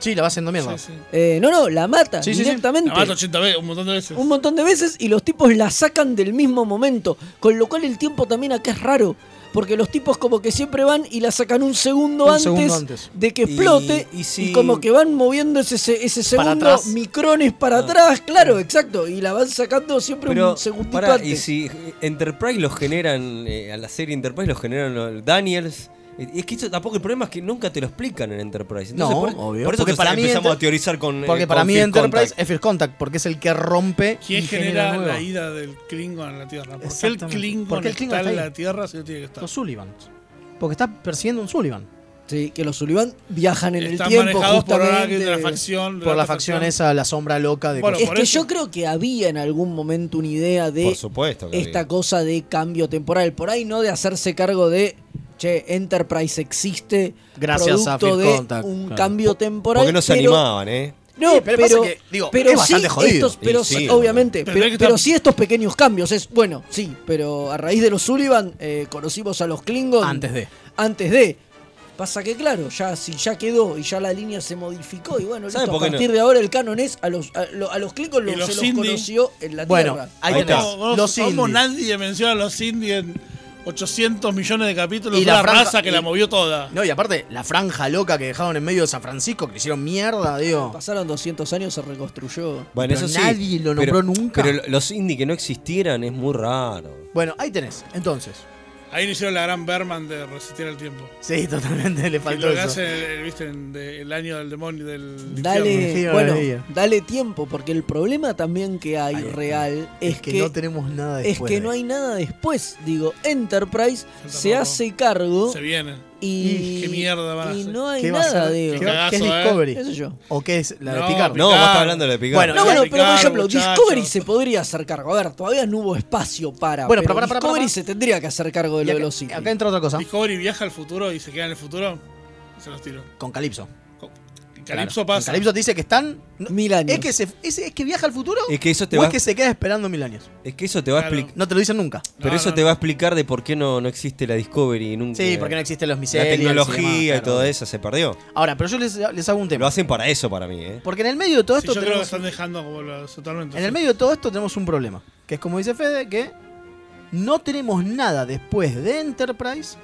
B: Sí, la vas haciendo mierda.
E: Sí, sí.
C: Eh, no, no, la mata
B: Sí, sí, sí.
C: directamente.
E: La mato 80 veces, un montón de veces.
C: un montón de veces y los tipos la sacan del mismo momento. Con lo cual el tiempo también acá es raro. Porque los tipos como que siempre van y la sacan un segundo,
B: Un
C: antes,
B: segundo antes.
C: de que
D: Y-
C: explote. Y,
D: y si-
C: como que van moviendo ese, se- ese
B: Para
C: segundo
B: atrás.
C: micrones para atrás. Claro, exacto. Y la van sacando siempre
D: Ah. Pero,
C: un segundito
D: pará,
C: antes.
D: y si Enterprise los generan, eh, a la serie Enterprise los generan los Daniels. eh, Es que esto tampoco el problema es que nunca te lo explican en Enterprise. Entonces,
B: No,
D: por,
B: obvio.
D: Por eso
B: Porque
D: que
B: para mí
D: empezamos
B: Enter-
D: a teorizar con. eh,
B: Porque para
D: con
B: mí
D: Phil
B: Enterprise
D: Contact.
B: es First Contact, porque es el que rompe.
E: ¿Quién
B: y
E: genera
B: nuevo.
E: la ida del Klingon a la Tierra? ¿Por qué el
B: Exactamente.
E: Klingon,
B: ¿Por qué el Klingon
E: está
B: está
E: en
B: ahí? Pues,
E: la Tierra si no tiene que estar?
B: Los Sullivan. Porque está persiguiendo un Sullivan.
C: Sí, que los Sullivan viajan en
E: Están
C: el tiempo
E: manejados por alguien
C: justamente.
E: de la facción. de
B: Por la
E: otra
B: facción esa, la sombra loca de.
E: Bueno,
B: cosas.
C: es
E: por
C: que
E: eso.
C: yo creo que había en algún momento una idea de
D: Por supuesto. que
C: esta
D: había.
C: cosa de cambio temporal. Por ahí no de hacerse cargo de, che, Enterprise existe,
B: Gracias a
C: producto
B: First
C: de
B: Contact,
C: un
B: claro.
C: cambio temporal.
D: Porque no se
C: pero-
D: animaban, ¿eh?
C: No,
B: Sí,
C: pero,
B: pero pasa que, digo,
C: pero
B: es
C: sí
B: bastante jodido.
C: estos- pero
D: Y
C: sí,
D: sí, boludo.
C: obviamente,
E: Pero
C: pero,
E: hay que
C: pero
E: estar-
C: sí estos pequeños cambios es bueno, sí, pero a raíz de los Sullivan eh, conocimos a los Klingons
B: Antes de.
C: antes de Pasa que claro, ya si ya quedó y ya la línea se modificó y bueno,
D: ¿Saben
C: listo, a
D: por qué no?
C: partir de ahora el canon es a los a, lo- a los Klingons
E: Y
C: los,
E: los
C: se los
E: Sindhi.
C: conoció en la
B: Bueno,
C: Tierra.
B: ahí,
D: Ahí
B: tenés.
D: está.
E: No,
B: Los
E: los
B: indies.
E: nadie menciona a los indies en 800 millones de capítulos.
B: Y
E: Y
B: la
E: la
B: franja-
E: raza que
B: y-
E: la movió toda.
B: No, y aparte, la franja loca que dejaron en medio de San Francisco, que le hicieron mierda, digo.
C: Pasaron 200 años, se reconstruyó.
D: Bueno,
B: Pero
D: eso sí.
B: nadie lo nombró
D: pero-
B: nunca.
D: Pero los indie que no existieran es muy raro.
B: Bueno, ahí tenés. Entonces.
E: Ahí no hicieron la gran Berman de resistir el tiempo.
B: Sí, [LAUGHS] totalmente le
E: Y
B: faltó
E: lo que
B: eso.
E: hace el, el- viste, en- de- el año del demonio del
C: Dale,
B: Sí,
C: bueno,
B: maravilla.
C: dale tiempo, porque el problema también que hay
B: Ahí está.
C: real es, que,
B: no tenemos nada
C: es
B: después.
C: que
B: de
C: no
B: ahí.
C: hay nada después. Digo, Enterprise
E: Falta
C: se
E: poco.
C: hace cargo
E: se viene.
C: y,
E: qué mierda van a
C: y
E: hacer.
C: no hay
B: ¿Qué va a
C: nada,
B: ser?
C: digo.
B: ¿Qué,
E: Qué
B: va- qué es
E: cagazo, eh.
B: Discovery?
C: Qué sé yo.
B: ¿O qué es la de
E: No,
B: Picard?
E: Picard.
D: No, vos estás hablando de la
B: Bueno,
D: picada.
C: No,
E: Voy a
C: bueno, pero por
E: picar,
C: ejemplo,
E: muchachos.
C: Discovery se podría hacer cargo. A ver, todavía no hubo espacio para.
B: Bueno, pero
C: pero
B: pará, pará,
C: Discovery
B: pará.
C: se tendría que hacer cargo de
B: Y
C: lo de
B: acá-
C: los Sith.
B: acá entra otra cosa.
E: Discovery viaja al futuro y se queda en el futuro. Se los tiro.
B: Con Calypso.
E: Co- Calipso
B: Claro.
E: pasa.
B: En Calipso te dice que están. no,
C: Mil años.
B: es, que se- es, es que viaja al futuro
D: Es que eso te
B: o
D: va,
B: es que se queda esperando mil años.
D: es que eso te va a
E: Claro.
D: explicar.
B: No te lo dicen nunca.
D: Pero
E: No,
D: eso
E: no,
D: te
E: no.
D: va a explicar de por qué no, no existe la Discovery nunca.
B: Sí,
C: Eh,
B: porque no existen los
D: La
B: misiles.
D: tecnología y
B: demás, claro.
D: todo eso se perdió.
B: Ahora, pero yo les, les hago un
D: Lo
B: tema.
D: hacen para eso para mí, ¿eh?
B: Porque en el medio de todo
E: Sí,
B: esto.
E: yo creo que
B: tenemos-
E: están dejando como los totalmente.
B: En
E: sí.
B: el medio de todo esto tenemos un problema, que es como dice Fede, que no tenemos nada después de Enterprise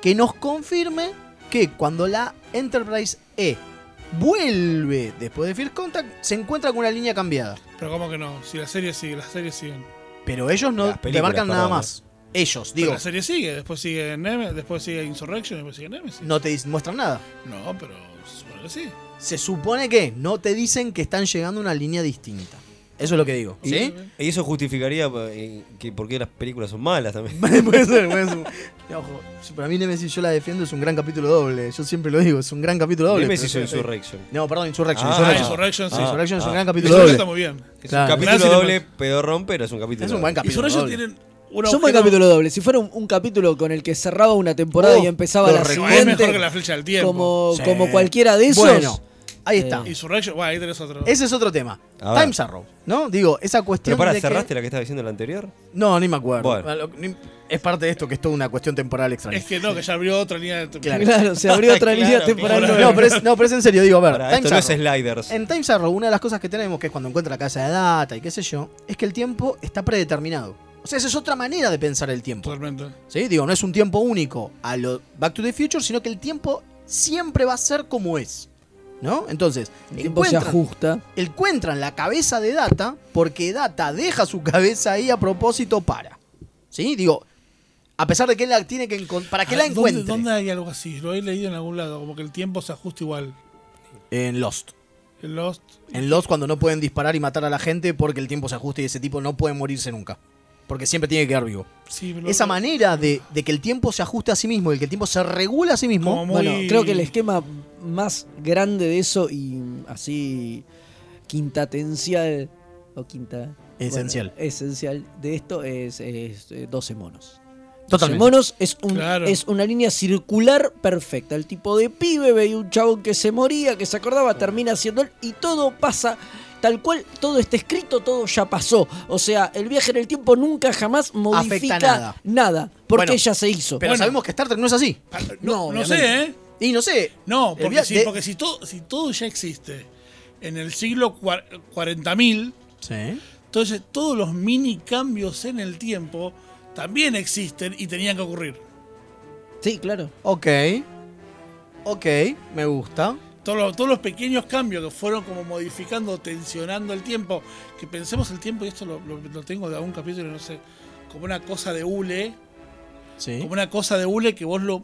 B: que nos confirme que cuando la Enterprise E vuelve después de First Contact, se encuentra con una línea cambiada.
E: Pero como que no, si la serie sigue, las series siguen.
B: Pero ellos no
D: Las
B: te
D: películas,
B: marcan nada
D: perdón,
B: más. Ellos,
E: Pero
B: digo,
E: la serie sigue, después sigue Nemesis, después sigue Insurrection, después sigue Nemesis.
B: no te dis- muestran nada.
E: No, pero supongo que sí.
B: Se supone que no te dicen que están llegando a una línea distinta. Eso es lo que digo. ¿Sí?
D: Y eso justificaría eh, que por qué las películas son malas también.
B: [LAUGHS] puede ser, puede ser. Ojo, para mí Nemesis yo la defiendo, es un gran capítulo doble. Yo siempre lo digo, es un gran capítulo doble.
D: Nemesis o
B: pero-
D: Insurrection.
B: No, perdón, Insurrection.
D: Ah,
E: Ah,
B: Insurrection.
E: Insurrection, sí.
D: Ah,
B: Insurrection es un gran capítulo
E: Insurrection está
B: doble.
E: muy bien.
D: Es
B: Claro.
D: un capítulo
E: Gracias,
D: doble, pedorrón, pero es un capítulo.
B: Es un buen capítulo.
E: Insurrection
B: doble.
E: tienen un
C: Yo muy
E: agujero-
C: capítulo doble. Si fuera un, un capítulo con el que cerraba una temporada
B: Oh,
C: y empezaba
B: lo
C: la
E: No, Es mejor
C: siguiente,
E: que la flecha del tiempo.
C: como,
B: Sí.
C: como cualquiera de esos,
B: Bueno, ahí está.
E: Insurrection, bueno, ahí tenés otro.
B: Ese es otro tema.
D: A ver.
B: Time Arrow, ¿no? Digo, esa cuestión.
D: Pero para,
B: de que-
D: ¿cerraste la que estaba diciendo la anterior?
B: No, ni me acuerdo.
D: Bueno.
B: Lo- ni- Es parte de esto que es toda una cuestión temporal extraña.
E: Es que no, que ya abrió otra línea de
B: Claro.
C: [LAUGHS] claro, se
B: [LAUGHS]
C: abrió otra
D: Claro,
C: línea
D: claro.
C: temporal.
E: Ahora-
C: nueva.
B: No, pero es, no, pero es en serio, digo, a ver.
D: Pará,
B: Time
D: esto no es
B: Arrow.
D: Sliders. Ah,
B: En Time Arrow, una de las cosas que tenemos, que es cuando encuentra la casa de data y qué sé yo, es que el tiempo está predeterminado. O sea, esa es otra manera de pensar el tiempo.
E: Totalmente.
B: ¿Sí? Digo, no es un tiempo único a lo Back to the Future, sino que el tiempo siempre va a ser como es. ¿No? Entonces,
C: El tiempo se
B: encuentran-
C: ajusta.
B: encuentran la cabeza de Data porque Data deja su cabeza ahí a propósito para. ¿Sí? Digo, a pesar de que él la tiene que encon- para que la
E: Ah, ¿dónde-
B: encuentre
E: ¿dónde, hay algo así? Lo he leído en algún lado, como que el tiempo se ajusta igual.
B: en Lost.
E: El Lost.
B: En Lost cuando no pueden disparar y matar a la gente porque el tiempo se ajusta y ese tipo no puede morirse nunca. Porque siempre tiene que quedar vivo.
E: Sí, pero-
B: Esa manera de, de que el tiempo se ajuste a sí mismo, de que el tiempo se regula a sí mismo.
E: Como muy-
C: Bueno, creo que el esquema más grande de eso y así quintatencial o quinta
B: Esencial.
C: bueno, esencial de esto es, es, eh, 12 monos. 12
B: Totalmente.
C: monos es, un,
E: Claro.
C: es una línea circular perfecta. El tipo de pibe veía un chabón que se moría, que se acordaba, termina siendo él y todo pasa tal cual, todo está escrito, todo ya pasó. O sea, el viaje en el tiempo nunca jamás modifica
B: nada.
C: nada, porque
B: Bueno,
C: ya se hizo.
B: Pero
E: Bueno.
B: sabemos que Star Trek no es así.
E: Ah,
B: No,
E: No, no,
B: obviamente.
E: sé, ¿eh?
B: Y no sé.
E: No,
B: El
E: porque,
B: via-
E: si,
B: de-
E: porque si, todo, si todo ya existe en el siglo cua- 40.000,
B: Sí.
E: entonces todos los mini cambios en el tiempo también existen y tenían que ocurrir.
C: Sí, claro.
B: Ok. Ok, me gusta.
E: Todos los, todos los pequeños cambios que fueron como modificando, tensionando el tiempo, que pensemos el tiempo, y esto lo, lo- lo tengo de algún capítulo, no sé, como una cosa de hule,
B: Sí.
E: como una cosa de hule que vos lo,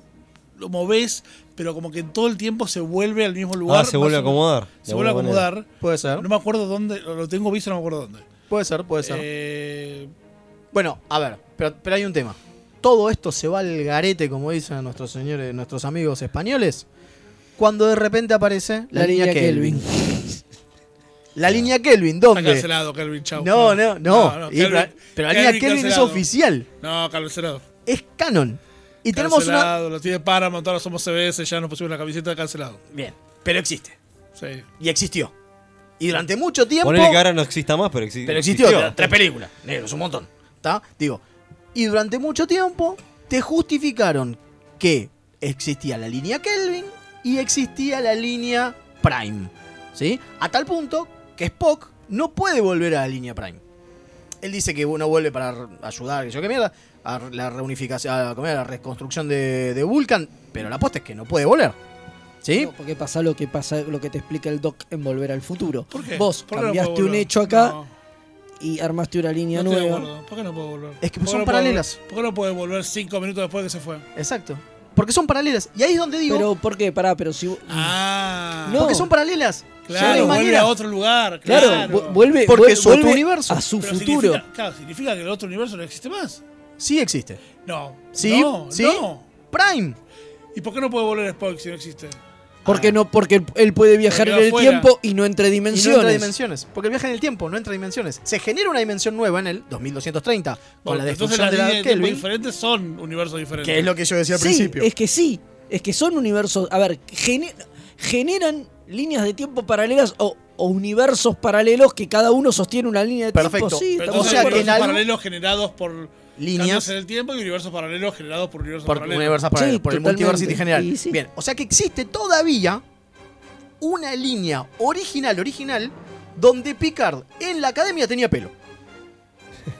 E: lo movés, pero como que todo el tiempo se vuelve al mismo lugar.
D: Ah, se vuelve a
E: más o menos.
D: acomodar.
E: Se vuelve a acomodar.
B: Puede ser.
E: No me acuerdo dónde, lo lo tengo visto, no me acuerdo dónde.
B: Puede ser, puede ser.
E: Eh,
B: Bueno, a ver, pero, pero hay un tema. Todo esto se va al garete, como dicen nuestros señores, nuestros amigos españoles, cuando de repente aparece la, línea Kelvin. La línea Kelvin,
E: está
B: ¿dónde?
E: cancelado Calvin, chau.
B: No, Mm. no, no. Y-
E: Kelvin-
B: pero, pero la línea Kelvin
E: cancelado.
B: es oficial,
E: No, cancelado.
B: es canon. Y tenemos una.
E: Cancelado, Lo tiene Paramount, ahora somos CBS, ya nos pusimos la camiseta de cancelado.
B: Bien, pero existe.
E: Sí.
B: Y existió. Y durante mucho tiempo.
D: Ponele que ahora no exista más, pero, exi-
B: Pero existió, tres películas, negro, es un montón. ¿Está? Digo, y durante mucho tiempo te justificaron que existía la línea Kelvin y existía la línea Prime. ¿Sí? A tal punto que Spock no puede volver a la línea Prime. Él dice que no vuelve para r- ayudar, que yo qué mierda, a r- la reunificación, a ¿cómo era? la reconstrucción de, de Vulcan, pero la posta es que no puede volver. ¿Sí?
E: ¿Eh?
C: No, porque pasa lo que pasa, lo que te explica el doc en Volver al Futuro.
E: ¿Por qué?
C: Vos
E: ¿Por qué no
C: cambiaste
E: puedo
C: un
E: volver?
C: hecho acá
E: No,
C: y armaste una línea
E: no estoy de
C: nueva.
E: acuerdo. ¿Por qué no puedo volver?
B: Es que
E: ¿Por qué
B: son
E: no puedo
B: paralelas. Mm.
E: volver? ¿Por qué no puede volver cinco minutos después que se fue?
B: Exacto. Porque son paralelas. Y ahí es donde digo,
C: Pero ¿por qué? Pará, pero si
E: Ah,
C: No.
B: porque son paralelas. Son de
E: claro, vuelve
B: manera.
E: a otro lugar.
C: claro,
E: Claro,
C: vu- vuelve,
B: Porque
C: vuel-
B: es otro
C: vuelve
B: universo.
C: a su
E: Pero
C: futuro.
E: Significa, claro, significa que el otro universo no existe más.
B: Sí existe.
E: No.
B: Sí,
E: No,
B: sí.
E: no.
B: Prime.
E: ¿Y por qué no puede volver Spock si no existe?
C: Porque no, porque él- él puede viajar
E: Porque
C: en
E: va
C: el
E: Ah. afuera.
C: tiempo y no entre
B: Y
C: dimensiones.
B: no entra dimensiones. Porque el viaje en el tiempo no entra dimensiones. Se genera una dimensión nueva en el 2230 con
E: Bueno,
B: la
E: entonces
B: destrucción
E: las
B: de la
E: líneas de tiempo
B: Kelvin.
E: diferentes son universos diferentes.
B: Que es lo que yo decía al
C: Sí,
B: principio.
C: es que sí, es que son universos. A ver, gene- generan líneas de tiempo paralelas o, o universos paralelos que cada uno sostiene una línea de
B: Perfecto.
C: tiempo. Sí,
E: Pero
C: estamos
B: O
E: entonces
B: sea,
E: hay
C: de
B: que
E: universos
B: en algo-
E: paralelos generados por
B: Líneas.
E: líneas en el tiempo y universos paralelos generados por universos
B: por
E: paralelos.
B: universos paralelos,
C: Sí,
B: por el
C: totalmente.
B: multiversity general.
C: Y sí.
B: Bien, o sea que existe todavía una línea original, original, donde Picard en la academia tenía pelo.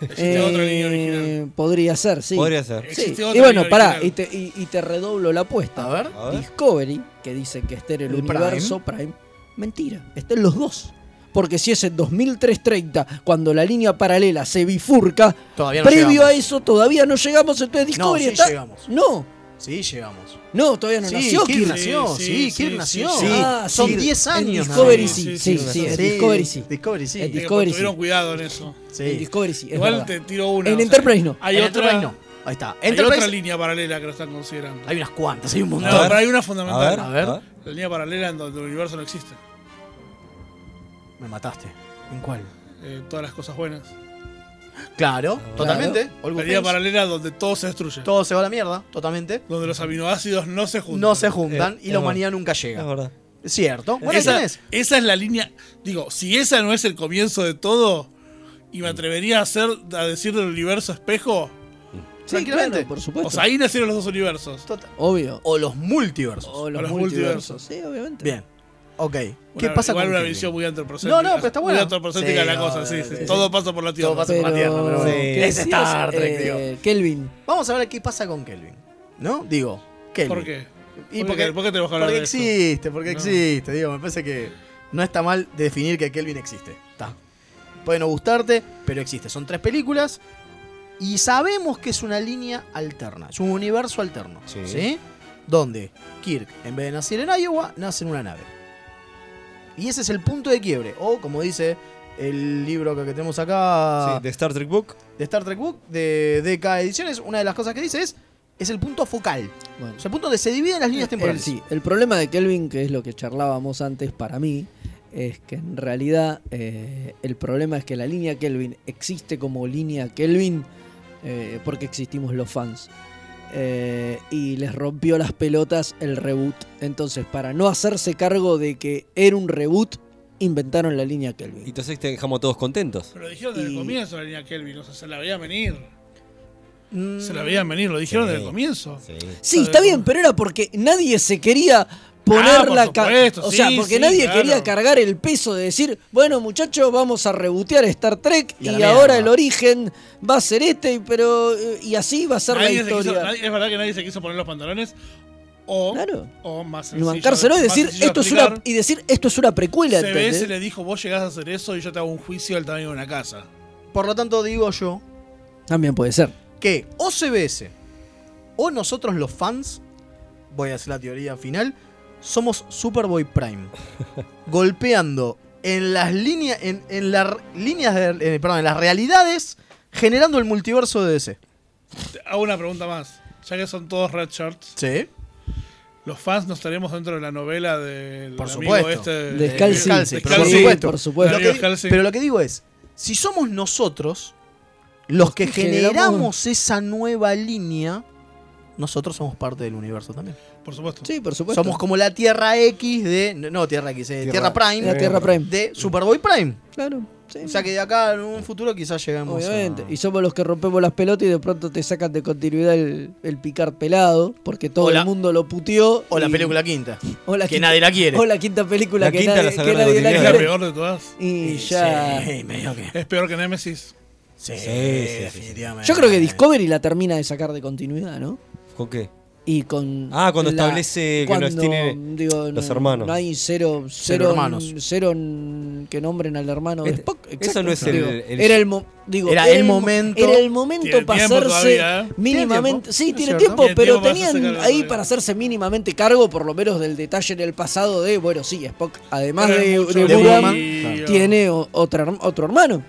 E: Existe otra línea original.
C: Eh, Podría ser, sí.
D: Podría ser.
C: Sí.
E: Existe otra
C: Y bueno,
E: línea
C: pará,
E: original.
C: y te, y- y te redoblo la apuesta.
B: A ver.
D: A ver.
C: Discovery, que dicen que esté en el,
B: El
C: universo Prime. mentira, estén los dos. Porque si es en 2330, cuando la línea paralela se bifurca,
B: Todavía no
C: previo
B: llegamos.
C: a eso todavía no llegamos, entonces Discovery
B: sí
C: está-
B: llegamos.
C: No,
B: Sí, llegamos.
C: no, todavía no
B: sí,
C: nació
B: Kirk
C: Kirk.
B: nació.
E: Sí,
B: Sí,
E: sí,
B: Kirk
E: sí,
B: nació.
E: sí.
C: Ah,
B: Son
C: sí,
B: 10
C: en
B: años. nada
C: Discovery
B: más.
C: sí, sí, sí,
E: Sí, sí,
C: sí, en
B: Sí,
C: Discovery sí.
B: Discovery sí.
C: En
E: Eh,
C: Discovery
E: tuvieron
C: sí.
E: cuidado en eso.
B: Sí.
C: En Discovery sí, es
E: Igual
C: verdad.
E: te tiro una.
C: En
E: o sea,
C: Enterprise no.
E: Hay,
B: En
E: otra,
B: Enterprise no. Ahí está.
E: hay
B: Enterprise.
E: otra línea paralela que lo están considerando.
B: Hay unas cuantas, hay un
E: No,
B: montón.
D: A ver.
E: pero hay una
D: A
E: fundamental.
D: ver.
B: A ver.
D: a ver.
E: La línea paralela en donde el universo no existe.
B: Me mataste. ¿En cuál?
E: Eh, todas las cosas buenas.
B: Claro, totalmente. All
E: La
B: good
E: línea
B: things.
E: paralela donde todo se destruye.
B: Todo se va a la mierda, totalmente.
E: Donde los aminoácidos no se juntan.
B: No se juntan
D: Eh,
B: y
D: es
B: la
D: verdad.
B: humanidad nunca
D: Es
B: llega.
D: verdad.
B: Cierto. Bueno,
E: esa,
B: ¿quién es?
E: esa es la línea. Digo, si esa no es el comienzo de todo, y
B: Mm.
E: me atrevería a, hacer, a decir del universo espejo,
C: Sí,
B: tranquilamente.
C: claro, por supuesto.
E: o sea, ahí nacieron los dos universos.
B: Total.
C: Obvio.
B: O los multiversos.
C: O los,
E: los
C: multiversos.
E: multiversos.
C: Sí, obviamente.
B: Bien. Ok. ¿Qué
E: Una-
B: pasa
E: igual
B: con
E: una
B: Kirby?
E: visión muy antropocéntrica.
B: No, no, pero está buena.
E: Muy antropocéntrica
B: Sí,
E: la
B: no,
E: cosa, sí,
B: sí,
E: sí.
B: sí.
E: Todo pasa por la tierra.
B: Todo pasa por la tierra, pero bueno.
D: Sí.
C: ¿qué
B: Es
C: decías?
B: Star Trek, digo.
C: Eh, Kelvin.
B: Vamos a ver qué pasa con Kelvin. ¿No? Digo, Kelvin.
E: ¿Por qué?
B: Y
E: ¿Por
B: porque,
E: qué- por qué tenemos que hablar
B: porque
E: de esto?
B: existe, porque
E: No.
B: existe. Digo, me parece que no está mal definir que Kelvin existe. Está. Puede no gustarte, pero existe. Son tres películas y sabemos que es una línea alterna. Es un universo alterno.
D: Sí.
B: Sí. Donde Kirk, en vez de nacer en Iowa, nace en una nave. Y ese es el punto de quiebre. O como dice el libro que que tenemos acá
D: Sí, de Star Trek Book.
B: de Star Trek Book, de DK Ediciones, una de las cosas que dice es, es el punto focal.
C: Bueno.
B: O sea, el punto donde se dividen las líneas
C: El,
B: temporales.
C: sí, el problema de Kelvin, que es lo que charlábamos antes para mí, es que en realidad eh, el problema es que la línea Kelvin existe como línea Kelvin eh, porque existimos los fans. Eh, y les rompió las pelotas el reboot. Entonces, para no hacerse cargo de que era un reboot, inventaron la línea
D: Y
C: Kelvin.
D: entonces te dejamos todos contentos.
E: Pero lo dijeron desde
C: Y-
E: el comienzo la línea Kelvin, o sea, se la veían venir.
B: Mm,
E: Se la veían venir, lo dijeron
D: Sí.
E: desde el comienzo.
D: Sí.
C: Sí, está bien, pero era porque nadie se quería
E: Ah,
C: poner
E: por
C: la ca-
E: supuesto,
C: O
E: sí,
C: sea, porque
E: sí,
C: nadie
E: claro.
C: quería cargar el peso de decir, bueno, muchachos, vamos a rebotear Star Trek
B: Y
C: y,
B: a la
C: ahora
B: mierda".
C: el origen va a ser este, pero. eh, Y así va a ser
E: Nadie
C: la
E: se quiso-
C: historia.
E: nadie- es verdad que nadie se quiso poner los pantalones. O,
C: Claro.
E: o más
C: Y
E: sencillo.
C: bancárselo y
E: más
C: decir,
E: sencillo de
C: esto es
E: explicar,
C: una, y decir, esto es una precuela, ¿entendés?
E: CBS le dijo, vos llegás a hacer eso y yo te hago un juicio del tamaño de una casa.
B: Por lo tanto, digo yo
C: También puede ser.
B: que o CBS o nosotros los fans, voy a hacer la teoría final, somos Superboy Prime. golpeando en las líneas, en, en las r- líneas, de- eh, perdón, en las realidades, generando el multiverso de DC.
E: Te Hago una pregunta más. Ya que son todos red shirts,
B: Sí.
E: los fans nos estaremos dentro de la novela del
B: Por
E: amigo
B: supuesto.
E: este
C: De Scalzi.
B: Scalzi,
E: de
B: pero por
E: Scalzi.
B: supuesto.
C: por supuesto.
B: Lo que-
E: Darío Scalzi.
B: pero lo que digo es, si somos nosotros los que
C: que generamos-
B: generamos esa nueva línea, nosotros somos parte del universo también.
E: Por supuesto.
C: Sí, por supuesto.
B: Somos como la Tierra X de... No, Tierra X, eh, Tierra,
D: Tierra-
B: Prime.
C: la Tierra Prime.
B: De Superboy Prime.
C: Claro. sí.
B: O sea que de acá en un futuro quizás llegamos
C: Obviamente.
B: a...
C: Y somos los que rompemos las pelotas y de pronto te sacan de continuidad el, el picar pelado, porque todo
B: O la-
C: el mundo lo puteó.
B: O la
C: y-
B: película quinta.
C: o la
B: Que
C: quinta-
B: nadie la quiere.
C: O la quinta película
D: La
C: que,
D: quinta la
C: nadie, que
D: sacaron de
C: nadie la
E: Es
D: continuidad.
E: la
C: quiere.
E: peor de todas.
D: [LAUGHS]
C: Y ya.
B: Sí, medio que...
E: Es peor que Nemesis.
B: Sí,
D: sí, sí.
B: definitivamente.
C: Yo creo que Discovery la termina de sacar de continuidad, ¿no?
D: ¿Con qué?
C: Y con.
D: Ah, cuando establece que los tiene
C: digo,
D: los
C: no-
D: hermanos.
C: No hay cero. Cero,
B: hermanos.
C: Cero n- que nombren al hermano de
D: Este-
C: Spock.
D: eso
C: exacto.
D: no es el-
C: Digo,
D: el-
C: era el, mo- digo,
B: Era el
C: mo-
B: momento.
C: Era el momento
E: Tiene
C: para
E: tiempo
C: hacerse
E: todavía, ¿eh?
C: mínimamente.
B: Tiene tiempo.
C: Sí,
B: Es
C: tiene
B: cierto.
C: tiempo,
E: Tiene
C: pero
E: tiempo para hacerse
C: tenían
E: cargo
C: ahí
E: todavía.
C: para hacerse mínimamente cargo, por lo menos del detalle en el pasado de, bueno, sí, Spock, además de,
E: Era mucho
C: de
B: de
C: Burnham,
B: Burnham,
E: lío.
C: tiene o- otra, herm- otro hermano.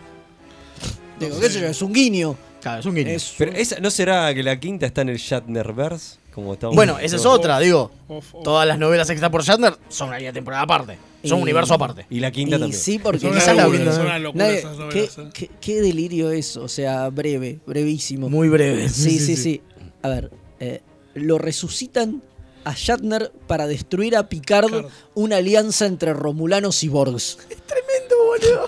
C: Digo, qué sé yo, es un guiño.
B: Claro, es un guiño.
C: Es
D: Pero
C: un-
D: esa, ¿No será que la quinta está en el Shatnerverse? Como estamos-
B: Bueno, esa es otra, digo.
E: Of- of-
B: Todas las novelas que están por Shatner son una línea temporal aparte. Son
C: Y-
B: un universo aparte.
D: Y la quinta
C: y
D: también.
C: sí, porque
E: Son
B: una
C: nadie-
B: locura,
E: son una locura
C: nadie-
E: esas
C: ¿qué,
E: novelas, eh.
C: qué- qué delirio eso, o sea, breve, brevísimo.
B: Muy breve.
C: sí, sí, sí, A ver, eh, lo resucitan a Shatner para destruir a Picard,
E: Picard.
C: una alianza entre romulanos y Borgs.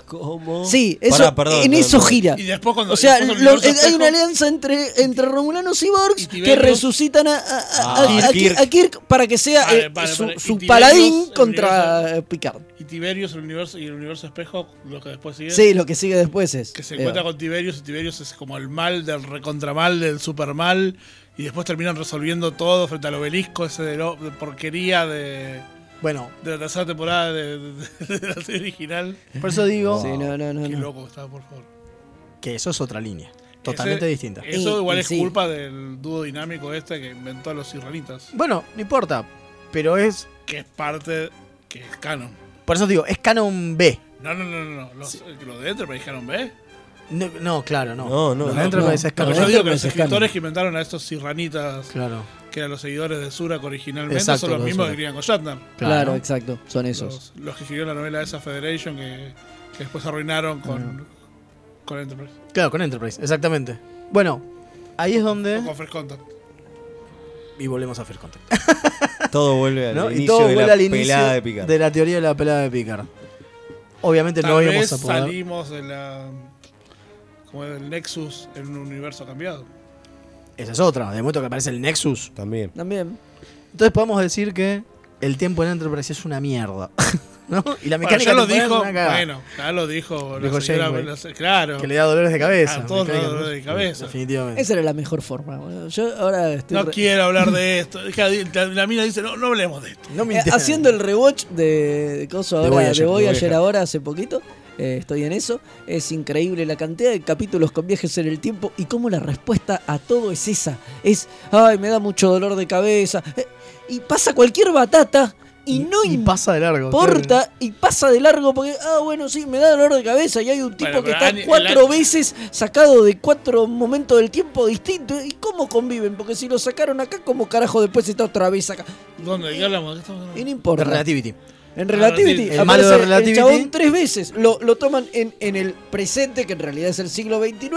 D: ¿Cómo?
C: Sí, eso,
D: Pará, perdón,
C: en
D: no,
C: eso
D: no.
C: gira.
E: Oh. Y después cuando-
C: o sea,
E: después cuando
C: lo- eh,
E: el universo
C: hay una
E: espejo-
C: alianza entre, entre romulanos y
E: Y
C: Borgs que
E: Tiberius.
C: resucitan a, a- a-
D: Ah,
C: a- a-
D: Kirk.
C: a Kirk para que sea
E: Vale,
C: eh,
E: vale,
C: su,
E: vale. Y
C: su
E: Tiberius,
C: paladín
E: el
C: contra
E: universo-
C: eh, Picard.
E: Y Tiberius, el universo y el universo espejo, lo que después sigue.
C: Sí, lo que sigue después es.
E: Que se
C: eh,
E: encuentra con Tiberius y Tiberius es como el mal del recontramal, del supermal. Y después terminan resolviendo todo frente al obelisco, ese de, lo- de porquería de,
B: Bueno,
E: de la tercera temporada de, de- de la serie original.
B: por eso digo
C: Sí, no, no, no,
E: Qué
C: no.
E: loco que estaba, por favor.
B: que eso es otra línea, totalmente
E: Ese-
B: distinta.
E: Eso
C: Y-
E: igual
C: y
E: es
C: sí.
E: culpa del dúo dinámico este que inventó a los israelitas.
B: Bueno, no importa, pero es.
E: Que es parte. que es canon.
B: Por eso digo, es Canon B.
E: No, no, no, no. no. Los, los de Enterprise dijeron, ¿ves?
B: No, no, claro, no.
D: No, no,
B: Los
D: no,
B: Enterprise
C: no.
B: es
E: No,
B: Canon
E: yo
B: B.
E: digo que los
C: Enterprise es
E: escritores
C: canon.
E: que inventaron a estos irranitas,
B: Claro,
E: que eran los seguidores de Surak originalmente,
B: Exacto,
E: son los
B: los de
E: mismos que
B: Surak.
E: escribían con Shatner.
C: Claro,
B: claro.
C: exacto. Son esos.
E: Los, los que escribieron la novela esa Federation que, que después arruinaron con, con Enterprise.
B: Claro, con Enterprise, exactamente. Bueno, ahí es
E: O
B: donde.
E: con First Contact.
B: Y volvemos a First Contact.
D: Todo vuelve [LAUGHS] al
B: ¿no?
D: inicio
B: Y todo
D: de
B: vuelve
D: la
B: al inicio
D: pelada de Picard.
B: de la teoría de la pelada de Picard. Obviamente
E: Tal
B: no
E: vez
B: íbamos a poder.
E: salimos de la. como del Nexus en un universo cambiado.
B: Esa es otra, de momento que aparece el Nexus.
D: También.
C: También.
B: Entonces podemos decir que el tiempo en Enterprise es una mierda. [LAUGHS] ¿No? Y la
E: Bueno,
B: mecánica
E: ya lo
B: temporal es
E: dijo.
B: una cagada,
E: Bueno, ya lo dijo.
B: Dijo
E: la señora-
B: Janeway.
E: la se- claro.
B: que le da dolores de cabeza.
E: A todos nos da
B: mecánica,
E: dolores de
B: ¿no?
E: cabeza.
B: Definitivamente.
C: Esa era la mejor forma, boludo. Yo ahora estoy.
E: No
C: re-
E: quiero hablar
B: [LAUGHS]
E: de esto. Deja de- La, la mina dice, no, no hablemos de esto.
B: No me
C: Eh,
B: interesa.
C: haciendo el rewatch de, de Coso ahora, de
B: Voyager,
C: Voyager,
B: de Voyager.
C: ahora hace poquito, eh, estoy en eso. Es increíble la cantidad de capítulos con viajes en el tiempo y cómo la respuesta a todo es esa. Es, ay, me da mucho dolor de cabeza. Eh, y pasa cualquier batata y no
B: pasa de largo. claro.
C: importa y pasa de largo porque, ah, bueno, sí, me da dolor de cabeza y hay un tipo
E: Bueno,
C: que
E: pero
C: está
E: Ani-
C: cuatro
E: el-
C: veces sacado de cuatro momentos del tiempo distintos. ¿Y cómo conviven? Porque si lo sacaron acá, ¿cómo carajo después está otra vez acá?
E: ¿Dónde? ¿De ¿Qué hablamos? ¿De qué estamos
C: Y
E: hablando?
C: no
B: De
C: importa.
B: Relativity.
C: En Relativity.
B: El malo de
C: aparece
B: Relativity.
C: El chabón tres veces. Lo, lo toman en, en el presente, que en realidad es el siglo XXIX,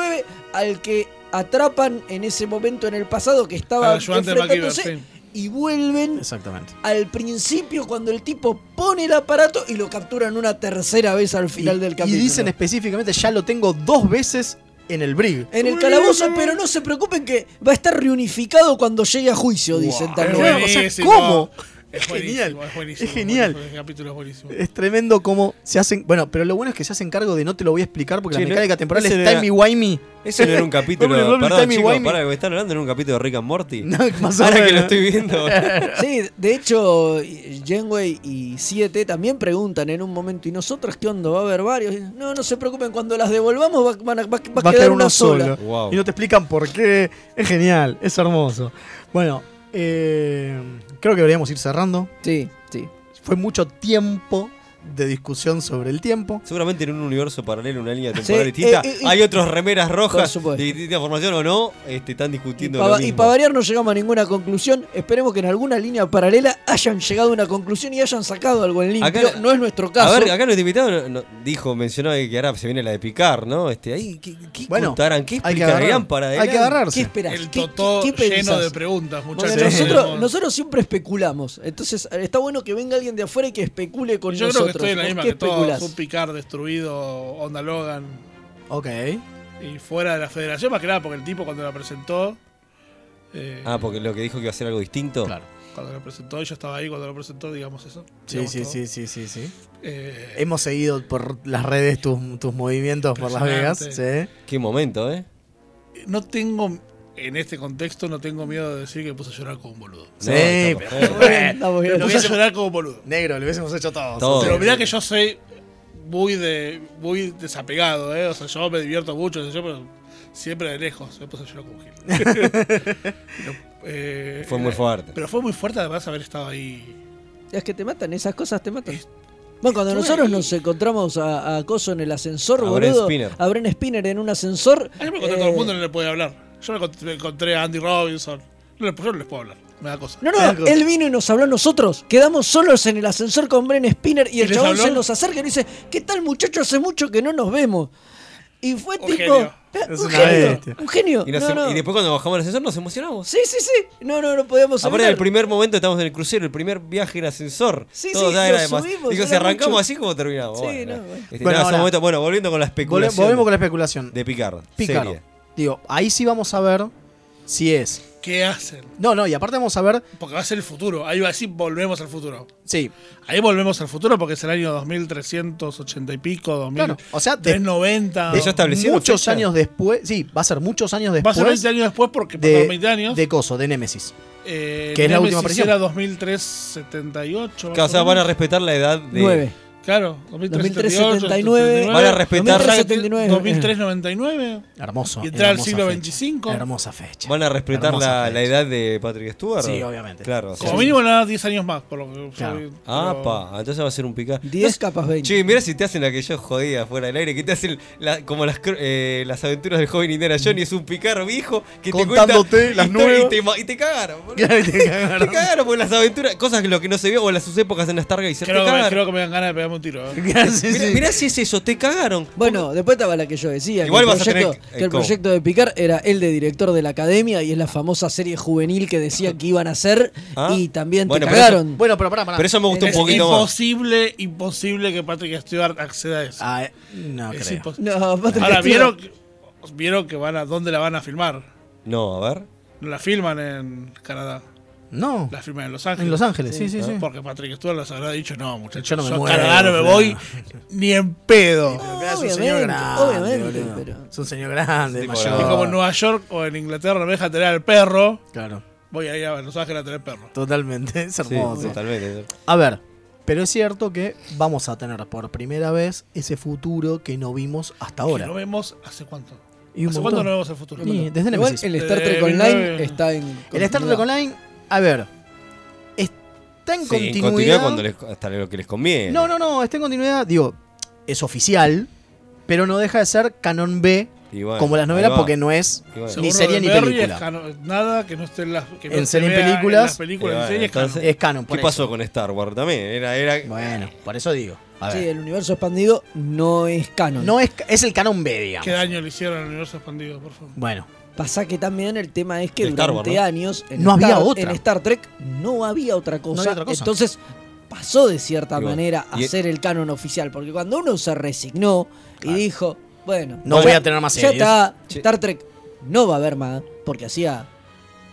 C: al que atrapan en ese momento en el pasado que estaba
E: Al ayudante de
C: enfrentándose,
E: MacGyver, sí.
C: y vuelven
B: Exactamente.
C: al principio cuando el tipo pone el aparato y lo capturan una tercera vez al final
B: y,
C: del
B: y
C: capítulo.
B: dicen específicamente, ya lo tengo dos veces en el brig.
C: en el calabozo, pero no se preocupen que va a estar reunificado cuando llegue a juicio, dicen
E: Es
C: también.
B: bueno. o sea,
E: buenísimo.
B: ¿cómo?
E: Es
B: Es
E: genial.
B: genial.
E: Es buenísimo.
B: Es genial.
E: El capítulo es buenísimo.
B: Es tremendo como se hacen. Bueno, pero lo bueno es que se hacen cargo de no te lo voy a explicar porque
D: Sí,
B: la
D: no-
B: mecánica temporal es
D: ese era-
B: timey-wimey.
D: Eso
B: [LAUGHS]
D: no era un capítulo.
B: Doble, doble,
D: perdón,
B: timey,
D: chicos,
B: wimey.
D: pará, que me están hablando en un capítulo de Rick and Morty.
B: No, más o
D: Ahora que lo
B: menos.
D: estoy viendo.
C: Sí, de hecho, Genway y 7 también preguntan en un momento, ¿y nosotros qué onda? ¿Va a haber varios? Y, No, no se preocupen, cuando las devolvamos va, van a- va- va
B: va a quedar uno
C: sola.
B: solo.
D: Wow.
B: [LAUGHS] Y no te explican por qué. Es genial, es hermoso. Bueno, eh, creo que deberíamos ir cerrando.
C: Sí, sí.
B: Fue mucho tiempo de discusión sobre el tiempo.
D: Seguramente en un universo paralelo, una línea temporal
C: Sí,
D: distinta,
C: eh, eh,
D: hay otros remeras rojas
C: supuesto.
D: de distinta formación o no, este, están
C: Y
D: discutiendo lo
C: para,
D: mismo.
C: variar no llegamos a ninguna conclusión. Esperemos que en alguna línea paralela hayan llegado a una conclusión y hayan sacado algo en limpio.
D: Acá-
C: no es nuestro caso.
D: a ver, acá los invitados no- no- dijo, mencionó que ahora se viene la de picar, ¿no? Este, ahí, ¿qué, qué
B: Bueno,
D: contarán? ¿Qué
B: Hay que,
D: explicarían
B: agarrar,
D: para
B: hay que
D: adelante?
B: agarrarse.
C: ¿Qué esperás?
E: El
C: ¿Qué-
E: totó
C: qué- qué
E: lleeno
C: pensás?
E: de preguntas,
C: Porque
E: muchachos.
B: Sí.
C: nosotros,
E: Tenemos-
C: nosotros siempre especulamos. Entonces está bueno que venga alguien de afuera y que especule con
E: Yo creo que
C: nosotros.
E: estoy en la
C: ¿Por
E: misma
C: qué
E: que todos.
C: especulás?
E: Un Picard destruido, Onda Logan
B: Ok.
E: y fuera de la Federación, más que nada porque el tipo cuando la presentó. eh,
D: Ah, porque lo que dijo que iba a ser algo distinto.
B: Claro.
E: Cuando la presentó, yo estaba ahí cuando la presentó, digamos eso.
B: Sí,
E: digamos
B: sí,
E: todo.
B: sí, sí, sí, sí.
E: Eh,
B: Hemos seguido por las redes tus, tus movimientos por Las Vegas.
E: Impresionante.
B: Sí.
D: Qué momento, ¿eh?
E: no tengo, en este contexto, no tengo miedo de decir que puse a llorar como un boludo.
B: Sí,
D: No, está perfecto.
C: Estamos bien.
E: Me puse a llorar como un boludo.
B: Negro, lo hubiésemos hecho todos.
D: Todo.
E: Pero mirá que yo soy muy de muy desapegado, ¿eh? O sea, yo me divierto mucho, yo, pero siempre de lejos. Me puse a llorar como
D: [LAUGHS]
E: un gil. Pero, eh,
D: Fue muy fuerte.
E: Pero fue muy fuerte además haber estado ahí.
C: Es que te matan, esas cosas te matan. Bueno, cuando nosotros nos encontramos a, a Coso en el ascensor,
D: A Brent
C: boludo.
D: Spinner.
C: A Brent Spinner en un ascensor.
E: Ah, yo me encontré a
C: eh,
E: todo el mundo y no le podía hablar. Yo me encont- me encontré a Andy Robinson. No le, yo no les puedo hablar. Me da cosa.
C: No,
B: Algo.
C: no, él vino y nos habló a nosotros. Quedamos solos en el ascensor con Bren Spinner y
E: ¿Y
C: el
E: les
C: chabón
E: habló?
C: se nos acerca y nos dice, ¿qué tal muchacho? Hace mucho que no nos vemos. Y fue
E: Un
C: tipo, "Ah,
E: genio.
B: Es
C: un
B: una
C: genio.
B: bestia.
C: Un genio.
D: Y, nos-
C: No, no.
D: y después cuando bajamos el ascensor nos emocionamos.
C: Sí, sí, sí. No, no, no podíamos
D: Aparte
C: evitar.
D: del primer momento estamos en el crucero, el primer viaje en ascensor.
C: Sí,
D: Todo
C: sí,
D: ya
C: lo
D: era demás.
C: subimos,
D: Digo,
C: era
D: si arrancamos
C: mucho.
D: así como terminamos.
C: Sí,
D: bueno,
C: no,
D: nada.
C: bueno.
D: Este,
B: Bueno,
D: nada,
B: ahora-
D: momento- bueno, volviendo con la
B: Volve-
D: especulación.
B: Volvemos con la especulación.
D: De Picard.
B: Picard.
D: serie.
B: Digo, ahí sí vamos a ver si es.
E: ¿Qué hacen?
B: No, no, y aparte vamos a ver.
E: Porque va a ser el futuro. Ahí va así volvemos al futuro.
B: Sí,
E: Ahí volvemos al futuro porque es el año 2380 y pico, 2000,
B: Claro, o sea, de-
E: 390.
D: de- ya está- ¿Establecieron
B: muchos
D: fecha?
B: años después. Sí, va a ser muchos años
E: va a
B: después.
E: ser 20 años después porque pasaron 20 años.
B: de Coso, de Nemesis.
E: eh,
B: que es la
E: Nemesis
B: última aparición.
E: era 2378. más
D: Claro, o sea,
E: o
D: van a
E: menos.
D: respetar la edad de.
C: Nueve.
E: Claro,
C: 2379.
E: 2379.
D: Van a respetar-
C: 2379.
E: 2399.
B: Hermoso.
E: Y entrar al
B: hermosa
E: siglo
B: fecha.
E: 25.
B: Hermosa fecha.
D: Van a respetar
B: Hermosa
D: la,
B: fecha.
D: la edad de Patrick Stewart.
B: Sí, obviamente.
D: Claro.
E: Como
D: sí.
E: mínimo le dan 10 años más, por lo que
B: Claro.
E: soy-
D: Ah,
E: pero-
D: pa, entonces va a ser un Picard.
C: 10 capas 20.
D: Che, mira si te hacen la que yo jodía fuera del aire, que te hacen la- como las, cro- eh, las aventuras del joven Indiana Johnny, es un picar viejo que te
B: Contándote
D: cuenta
B: las
D: historia
B: nuevas.
D: y te, ma- y te cagaron. boludo.
B: [LAUGHS] [LAUGHS] Claro, y te
D: [LAUGHS] te
B: cagaron.
D: cagaron por las aventuras, cosas que lo que no se vio o en las sus épocas en la Stargazer, te
E: Creo que, me, creo
D: cagaron.
E: que me dan ganas de pegarme un tiro. ¿eh?
B: Sí,
D: Mirá,
B: sí.
D: mirá si es eso, te cagaron.
C: Bueno, después estaba la que yo decía.
D: Igual
C: que el
D: vas a tener
C: proyecto,
D: que- eh,
C: que el
D: ¿cómo?
C: proyecto de Picard era el de director de la academia y es la famosa serie juvenil que decían que iban a hacer
D: Ah.
C: y también
D: Bueno,
C: te
D: pero eso-
C: cagaron.
B: Bueno, pero pará, pará.
D: Pero eso me gustó un
E: Es
D: poquito más.
E: imposible, imposible que Patrick Stewart acceda a eso.
B: Ah, eh, no
E: es
B: creo.
E: imposible.
C: no, Patrick
E: Ahora,
C: Stewart.
E: ¿vieron, que- vieron que van a dónde la van a filmar.
D: No, a ver.
E: No la filman en Canadá,
B: No.
E: la filman en Los Ángeles.
B: En Los Ángeles, sí, sí, sí.
E: Porque Patrick Stewart les habrá dicho, no, muchachos,
B: Yo
E: yo,
B: no me
E: a
B: muevo,
E: Canadá no me
B: claro.
E: voy ni en pedo.
B: Pero es un
C: Obviamente,
B: señor grande,
C: obviamente,
B: boludo.
C: pero-
B: Es un señor grande,
D: tipo
B: mayor.
E: Y como en Nueva York o en Inglaterra no me deja tener al perro,
B: Claro,
E: voy a ir a Los Ángeles a tener perro.
B: totalmente. Es
D: Sí,
B: hermoso.
D: totalmente.
B: A ver, pero es cierto que vamos a tener por primera vez ese futuro que no vimos hasta
E: Que
B: ahora.
E: no vemos hace cuánto.
B: Y un
E: ¿Hace
B: montón.
E: cuánto no vemos el futuro?
B: Y desde
C: Igual
B: Nemesis.
C: el Star
E: Eh,
C: Trek Online
E: nueve.
C: está en.
B: El Star Trek Online, a ver, está en
D: Sí,
B: continuidad.
D: en continuidad cuando les, hasta lo que les conviene.
B: No, no, no, está en continuidad. Digo, es oficial, pero no deja de ser canon B,
D: Y bueno,
B: como las novelas,
D: ahí va.
B: porque no es
D: Y bueno.
E: Según
B: ni serie ni
E: Roddenberry, es
B: película.
E: cano- nada que no esté en las que no
B: En
E: se
B: serie, en
E: vea
B: películas.
E: las películas,
D: Y
E: en
D: bueno,
E: serie es cano.
D: Eh, entonces-
B: Es canon, por
D: ¿Qué
B: eso.
D: pasó con Star Wars también? Era, era...
B: Bueno, por eso digo. A
C: Sí,
B: ver,
C: el universo expandido no es canon.
B: no es, es el canon B, digamos.
E: ¿Qué daño le hicieron al universo expandido, por favor?
B: Bueno,
C: Pasa que también el tema es que
D: Star
C: durante
D: Wars, ¿no?
C: años en,
B: No había
C: Star,
B: otra.
C: en Star Trek no había otra cosa.
B: había otra cosa.
C: Entonces pasó de cierta
D: Y bueno,
C: manera
D: y-
C: a ser el canon oficial. Porque cuando uno se resignó y dijo, bueno,
B: no
D: Bueno,
B: voy a tener más
C: ya
B: series.
C: está,
D: Sí.
C: Star Trek no va a haber más. Porque hacía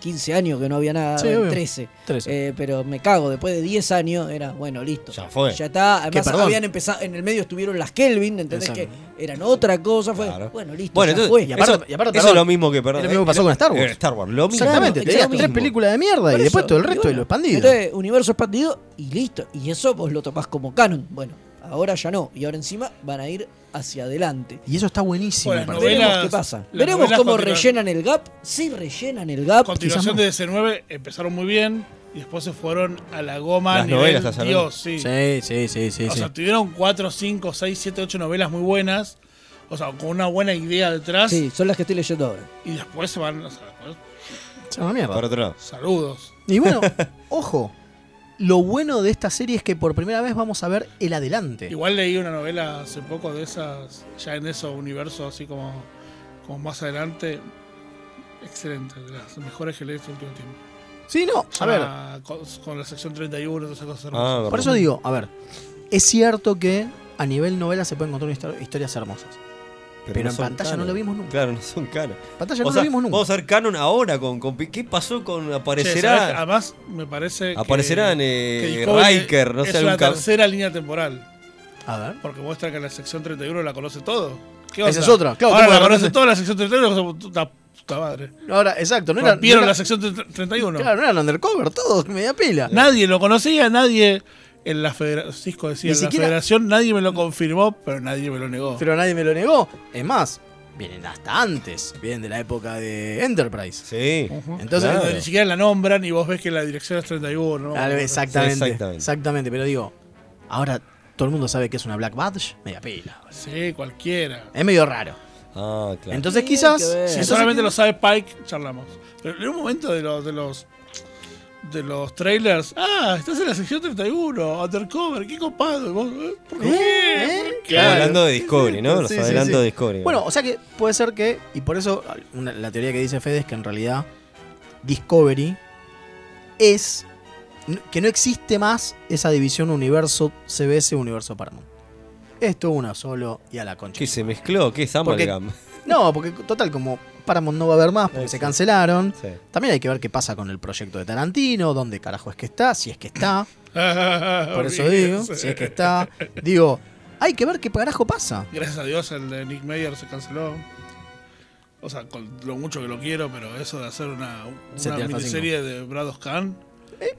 C: 15 años que no había nada,
B: Sí,
C: en
B: obvio.
C: 13.
B: Tres.
C: Eh, pero me cago, después de 10 años era, bueno, listo.
D: Ya fue.
C: Ya está.
B: Que,
C: Además
B: perdón.
C: habían empezado, en el medio estuvieron las Kelvin, ¿entendés?
B: Exacto.
C: Que eran otra cosa. Fue,
D: Claro.
C: bueno, listo.
D: Bueno,
C: ya
D: entonces,
C: fue.
B: Y aparte-
D: eso,
B: y aparte,
D: eso es
B: perdón,
D: lo mismo que perdón,
B: es lo mismo que pasó con Star Wars.
D: eh, Star Wars, lo mismo.
B: Exactamente,
C: Claro,
B: tenías
C: exacto.
B: tres películas de mierda
C: Por
B: y después
C: eso,
B: todo el
C: y
B: resto de
C: bueno,
B: lo expandido.
C: entonces, universo expandido y listo. Y eso vos lo tomás como canon. Bueno, ahora ya no. Y ahora encima van a ir hacia adelante.
B: Y eso está buenísimo.
E: Bueno,
B: me
E: no
B: parece.
E: Novelas-
C: Veremos qué pasa.
E: las
C: Veremos
E: novelas
C: cómo
E: continúan.
C: rellenan el gap. Si rellenan el gap.
E: Continuación
B: no.
E: de DC9 empezaron muy bien y después se fueron a la goma
D: Las
E: a nivel
D: novelas, estás hablando.
E: Dios, sí.
B: Sí, sí, sí, sí.
E: O
B: sí.
E: sea, tuvieron 4, 5, 6, 7, 8 novelas muy bunas. O sea, con una buena idea detrás.
C: Sí, son las que estoy leyendo ahora.
E: Y después se van. o sea, pues,
B: Es una mierda.
D: Por otro lado.
E: saludos.
B: Y bueno, ojo, lo bueno de esta serie es que por primera vez vamos a ver el adelante.
E: Igual leí una novela hace poco de esas, ya en esos universos así como, como más adelante. Excelente, de las mejores que leí este último tiempo.
B: Sí, no, a ver,
E: Ah, con, con la sección 31, todas esas cosas hermosas.
D: Ah,
B: por eso digo, a ver, es cierto que a nivel novela se pueden contar histor- historias hermosas. Pero en
D: son
B: pantalla no lo vimos nunca.
D: Claro, no son canon.
B: Pantalla
D: O
B: no
D: sea,
B: lo vimos nunca.
D: Vamos a ver canon ahora con, con Pi- ¿Qué pasó con
E: Che, ¿sabés?
D: aparecerá?
E: Además, me parece. que-
D: Aparecerán
E: que
D: eh,
E: Discovery
D: Riker, no
E: es
D: sé, algún
E: la
D: cab-
E: tercera línea temporal.
B: A ver.
E: Porque muestra que la sección 31 la conoce todo. ¿Qué
B: Esa
E: onda?
B: es otra, claro,
E: Ahora
B: ¿cómo
E: la
B: la
E: conoce
B: conoce?
E: toda la sección 31. como Puta, puta madre.
B: Ahora, exacto, no era. no
E: Rompieron
B: era-
E: la sección 31.
B: Claro, no eran undercover, todos, media pila.
E: Nadie lo conocía, nadie. En la federación, Cisco decía,
B: Ni
E: en la
B: siquiera-
E: federación nadie me lo confirmó, pero nadie me lo negó.
B: Pero nadie me lo negó. Es más, vienen hasta antes. Vienen de la época de Enterprise.
D: Sí.
B: Entonces,
D: Claro.
E: Ni siquiera la nombran y vos ves que la dirección es 31. ¿no?
B: Tal vez, exactamente,
D: Sí,
B: exactamente.
D: exactamente.
B: Pero digo, ahora todo el mundo sabe que es una Black Badge. Media pila.
E: Sí, cualquiera.
B: Es medio raro.
D: Ah, claro.
B: Entonces,
C: Tiene
B: quizás.
C: que ver.
B: si
E: Si
B: sos-
E: solamente lo sabe Pike, charlamos. Pero en un momento de los, de los de los trailers. Ah, estás en la sección 31, undercover, qué copado. Y vos, eh, ¿Por qué?
B: ¿Eh?
E: ¿Por qué?
B: Claro.
D: Hablando de Discovery, ¿no? Los
B: Sí, sí,
D: adelantos
B: sí.
D: de Discovery.
B: Bueno, o sea que puede ser que, y por eso una- la teoría que dice Fede es que en realidad Discovery es n- que no existe más esa división universo CBS universo Paramount. Esto una solo y a la concha.
D: que se mezcló, que es
B: Porque-
D: Amalgam.
B: No, porque total como Paramount no va a haber más porque se
D: Exacto.
B: cancelaron.
D: Sí.
B: También hay que ver qué pasa con el proyecto de Tarantino, dónde carajo es que está, si es que está.
E: [LAUGHS]
B: Por eso digo, si es que está. Digo, hay que ver qué carajo pasa.
E: Gracias a Dios el de Nick Mayer se canceló. O sea, con lo mucho que lo quiero, pero eso de hacer una,
B: Se
E: una
B: te alfa
E: miniserie de Brados Khan.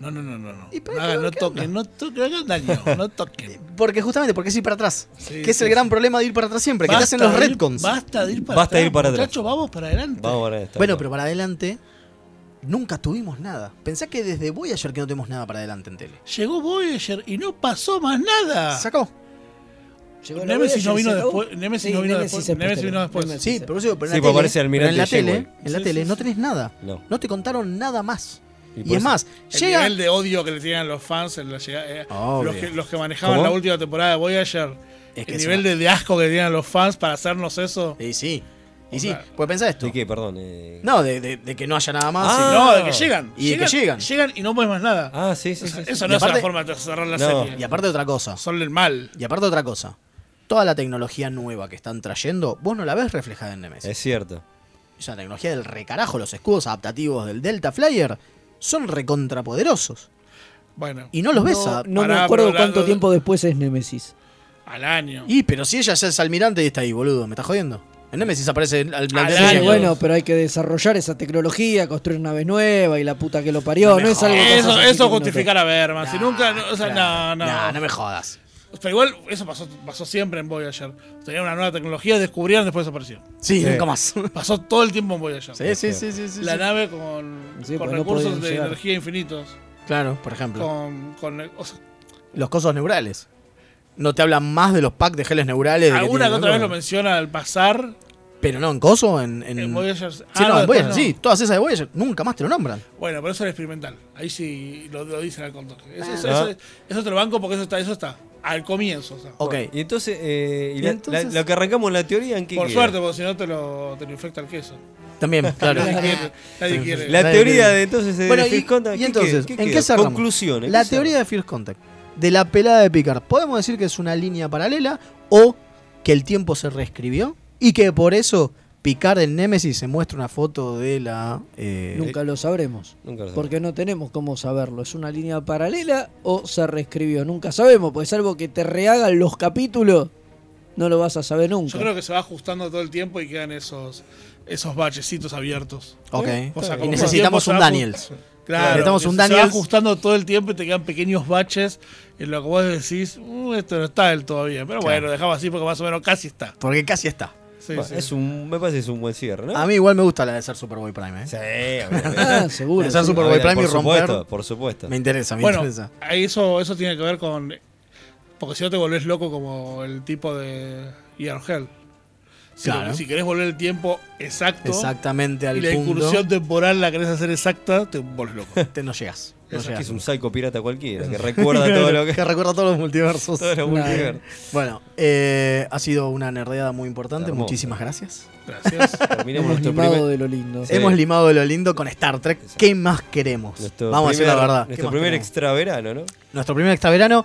E: No, no, no, no. no.
B: ¿Eh? ¿Y para
E: Nada,
B: qué
E: no
B: Brados
E: toquen,
B: Khan?
E: no toquen, no hagan daño,
B: [LAUGHS]
E: no toquen.
B: Porque justamente, porque es ir para atrás.
E: Sí,
B: que es
E: sí,
B: el
E: sí.
B: gran problema de ir para atrás siempre, que te hacen los
E: de ir-
B: retcons.
E: Basta de ir para
D: Basta de
E: atrás.
D: ir para atrás.
E: Muchachos, vamos para adelante.
D: Vamos a ver esta.
B: Bueno, pero para adelante nunca tuvimos nada. Pensá que desde Voyager que no tenemos nada para adelante en tele.
E: Llegó Voyager y no pasó más nada.
B: ¿Se acabó?
C: Llegó la Voyager
E: Nemesis no
C: y
E: vino
C: se acabó.
E: después- Nemesis
C: Sí,
E: no vino
C: Nemesis
E: después,
C: es
E: Nemesis
C: posterior.
E: vino después.
C: Nemesis
B: Sí,
C: es-
B: pero, eso, pero en
D: Sí,
B: la
D: pues
B: tele,
D: aparece
B: pero en la
D: Almirante
B: tele,
D: Janeway.
B: en la
E: Sí,
B: tele
E: sí,
B: no
E: sí.
B: tenés nada.
D: No.
B: No te contaron nada más.
D: Y
B: Y,
D: por
B: es
D: eso-
B: más,
E: El
B: llega...
E: nivel de odio que le tenían los fans en la llegada. eh,
B: Obvio.
E: los, que, los que manejaban
D: ¿Cómo?
E: la última temporada de Voyager.
B: Es que
E: el
B: es
E: nivel
B: una-
E: de, de asco que tenían los fans para hacernos eso.
B: Y sí, y sí.
E: O sea,
B: Pues pensá esto.
D: ¿De qué? Perdón. eh.
B: No, de, de- de que no haya nada más.
D: Ah,
E: No, de que llegan.
B: Y de que llegan.
E: y no puedes más nada.
D: Ah, sí, sí, sí. sí.
E: eso
B: Y
E: no es
B: aparte-
E: la forma de cerrar la
D: No.
E: serie.
B: y- y aparte otra cosa.
E: Son el mal.
B: Y aparte otra cosa. Toda la tecnología nueva que están trayendo, vos no la ves reflejada en Nemesis.
D: Es cierto.
B: Es una tecnología del recarajo. Los escudos adaptativos del Delta Flyer son recontrapoderosos.
E: Bueno,
B: Y no los ves
C: No,
B: a-
C: no me
E: Pará,
C: acuerdo
E: pero la-
C: cuánto
E: la-
C: tiempo después es Nemesis.
E: al año.
B: Y pero si ella ya es almirante y está ahí, boludo. ¿Me estás jodiendo? En Nemesis aparece al plantel
E: Al
B: de
C: Sí,
E: año.
B: Yankees.
C: bueno, pero hay que desarrollar esa tecnología, construir naves nuevas y la puta que lo parió. No,
E: me
C: es algo
E: jodas.
C: que pasas
E: eso,
C: así
E: eso
C: que no te-
E: justificar a Berman. si
B: Nah,
E: nunca. no, o sea,
B: claro.
E: no, no.
B: Nah, no me jodas.
E: Pero igual, eso pasó, pasó siempre en Voyager. Tenían una nueva tecnología, descubrieron, después desapareció.
B: Sí,
D: Sí.
B: nunca más. [LAUGHS]
E: Pasó todo el tiempo en Voyager.
B: sí, sí, sí, sí, sí, sí.
E: la
B: pues,
E: nave con,
C: Sí,
E: con
C: porque no
E: recursos
C: podían
E: de
C: llegar.
E: energía infinitos.
B: Claro, por ejemplo.
E: Con, con, o sea,
B: Los cosos neurales. No te hablan más de los packs de geles neurales. de que
E: alguna que
B: tienen
E: otra vez
B: algo.
E: lo menciona al pasar
B: Pero no, en coso, en... en-
E: en Voyager.
B: Mm. Sí,
E: Ah,
B: no, en
E: después
B: Voyager,
E: no.
B: sí. Todas esas de Voyager nunca más te lo nombran.
E: Bueno, pero eso era experimental. Ahí sí lo, lo dicen al contoque. Eso, eso,
D: Ah.
E: eso, eso te lo banco porque eso está, eso está. Al comienzo. o sea.
B: Ok.
D: Y entonces, eh, y
B: Y
D: la-
B: entonces-
D: la- lo que arrancamos en la teoría, ¿en qué
E: Por
D: queda?
E: suerte, porque si no te lo, te lo infecta el queso.
B: [LAUGHS] También, claro.
E: Nadie quiere. Nadie quiere.
D: La
B: Nadie
D: teoría
B: quiere.
D: de entonces de
B: Bueno,
D: de
B: y-
D: First Contact,
B: y,
D: ¿qué
B: entonces,
D: queda?
B: ¿en
D: queda?
B: qué cerramos?
D: Conclusiones.
B: La
D: ¿qué
B: teoría
D: cerramos?
B: de First Contact, de la pelada de Picard, ¿podemos decir que es una línea paralela o que el tiempo se reescribió y que por eso Picard en Nemesis se muestra una foto de la... eh,
C: Nunca lo sabremos.
D: Nunca lo
C: Porque no tenemos cómo saberlo. ¿Es una línea paralela o se reescribió? Nunca sabemos, porque salvo que te rehagan los capítulos, no lo vas a saber nunca.
E: Yo creo que se va ajustando todo el tiempo y quedan esos, esos bachecitos abiertos.
B: ok.
E: O sea,
B: y
E: como
B: necesitamos
E: el tiempo se
B: un
E: va
B: Daniels.
E: Claro,
B: Necesitamos un
E: se va
B: Daniels.
E: ajustando todo el tiempo y te quedan pequeños baches en lo que vos decís, "Uh, esto no está del todo bien. Pero bueno, dejamos así porque más o menos casi está.
B: Porque casi está.
E: Sí,
D: Bueno,
E: sí.
D: Es un, me parece que es un buen cierre,
E: ¿Eh?
D: ¿no?
B: A mí igual me gusta la de ser Superboy Prime. ¿eh?
D: Sí, obviamente.
B: [LAUGHS]
C: Ah, seguro.
B: Pensar
C: sí.
B: Superboy
D: Obviamente,
B: Prime y
D: por
B: romper.
D: supuesto, por supuesto.
B: Me interesa, me
E: Bueno,
B: interesa.
E: ahí eso, eso tiene que ver con. Porque si no te volvés loco como el tipo de Hell. Si,
B: Claro.
E: si querés volver el tiempo exacto
B: Exactamente al
E: y la
B: punto.
E: incursión temporal la querés hacer exacta, te volvés loco.
B: Te no llegas. No
D: Es que
B: llegas.
D: es un [LAUGHS] psycho pirata cualquiera,
B: [LAUGHS]
D: que recuerda todo lo que...
B: Que recuerda todos los multiversos.
D: todo lo
C: Claro.
D: multiverso.
B: Bueno, eh, ha sido una nerdeada muy importante.
D: Hermoso.
B: Muchísimas gracias. [LAUGHS]
E: Gracias.
D: Terminemos
C: Hemos
D: nuestro
C: limado
D: primer...
C: de lo lindo.
D: Sí.
B: Hemos limado de lo lindo con Star Trek. ¿Qué más queremos?
D: nuestro
B: Vamos a decir la
D: primer-
B: verdad. ¿Qué
D: Nuestro
B: más
D: primer
B: queremos?
D: extraverano, ¿no?
B: nuestro primer extraverano.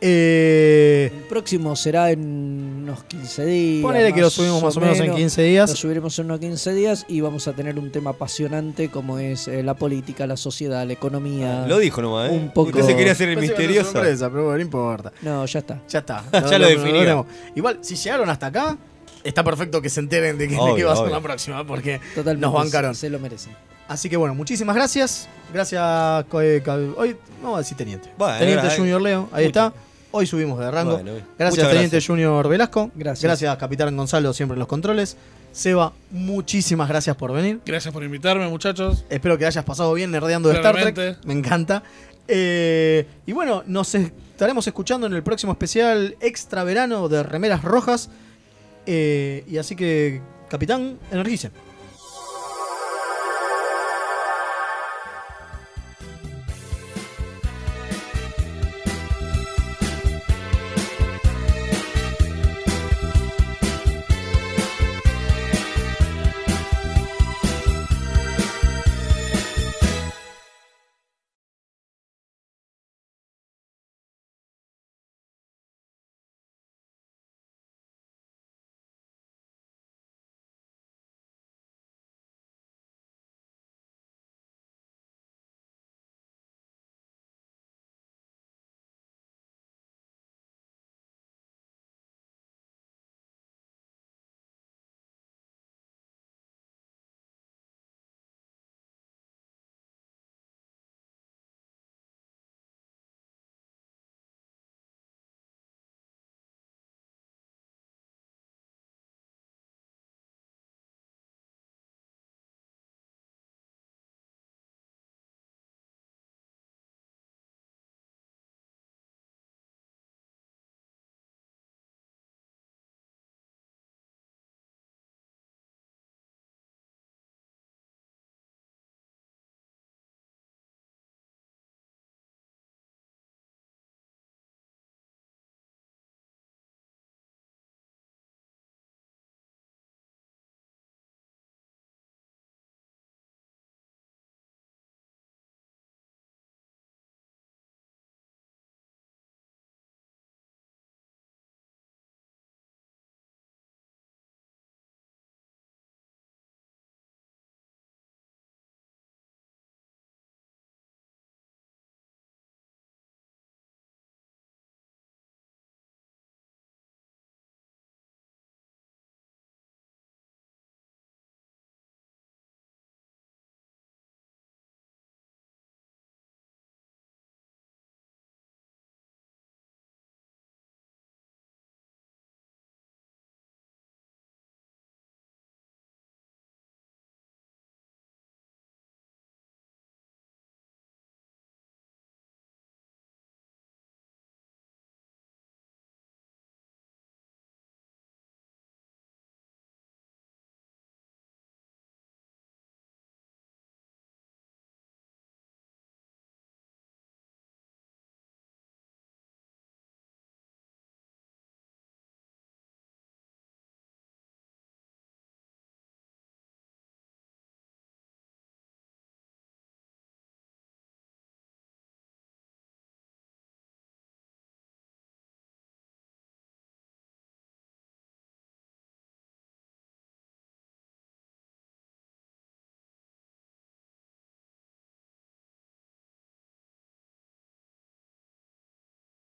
B: Eh,
C: El próximo será en unos 15 días.
B: ponele que lo subimos más o menos en 15
C: Lo
B: días.
C: subiremos en unos 15 días y vamos a tener un tema apasionante como es eh, la política, la sociedad, la
B: Ah,
C: economía.
D: Lo dijo nomás, ¿eh?
C: un poco-
D: Usted se quería hacer el
B: Pensé que era Pues una
D: misterioso.
B: sorpresa, pero bueno, no importa.
C: No, ya está.
B: Ya está.
D: [LAUGHS] Ya lo definí.
B: veremos. Igual, si llegaron hasta acá, está perfecto que se enteren de qué, de
D: Obvio,
B: qué va a ser
D: obvio.
B: la próxima, porque
C: Totalmente.
B: nos bancaron.
C: Se, se lo merecen.
B: Así que bueno, muchísimas gracias. Gracias, co- eh, ca- hoy vamos a decir Teniente.
D: Bueno,
B: teniente
D: ahora, eh.
B: Junior Leo, ahí
D: Mucho.
B: está. Hoy subimos de rango.
D: Bueno,
B: gracias,
D: muchas
B: Teniente Junior Velasco.
C: Gracias.
B: Capitán Gonzalo, siempre en los controles. Seba, muchísimas gracias por venir.
E: Gracias por invitarme, muchachos.
B: Espero que hayas pasado bien nerdeando de Star Trek.
E: Claramente.
B: Me encanta. Eh, y bueno, nos estaremos escuchando en el próximo especial extra verano de Remeras Rojas. Eh, y así que, Capitán, energicen.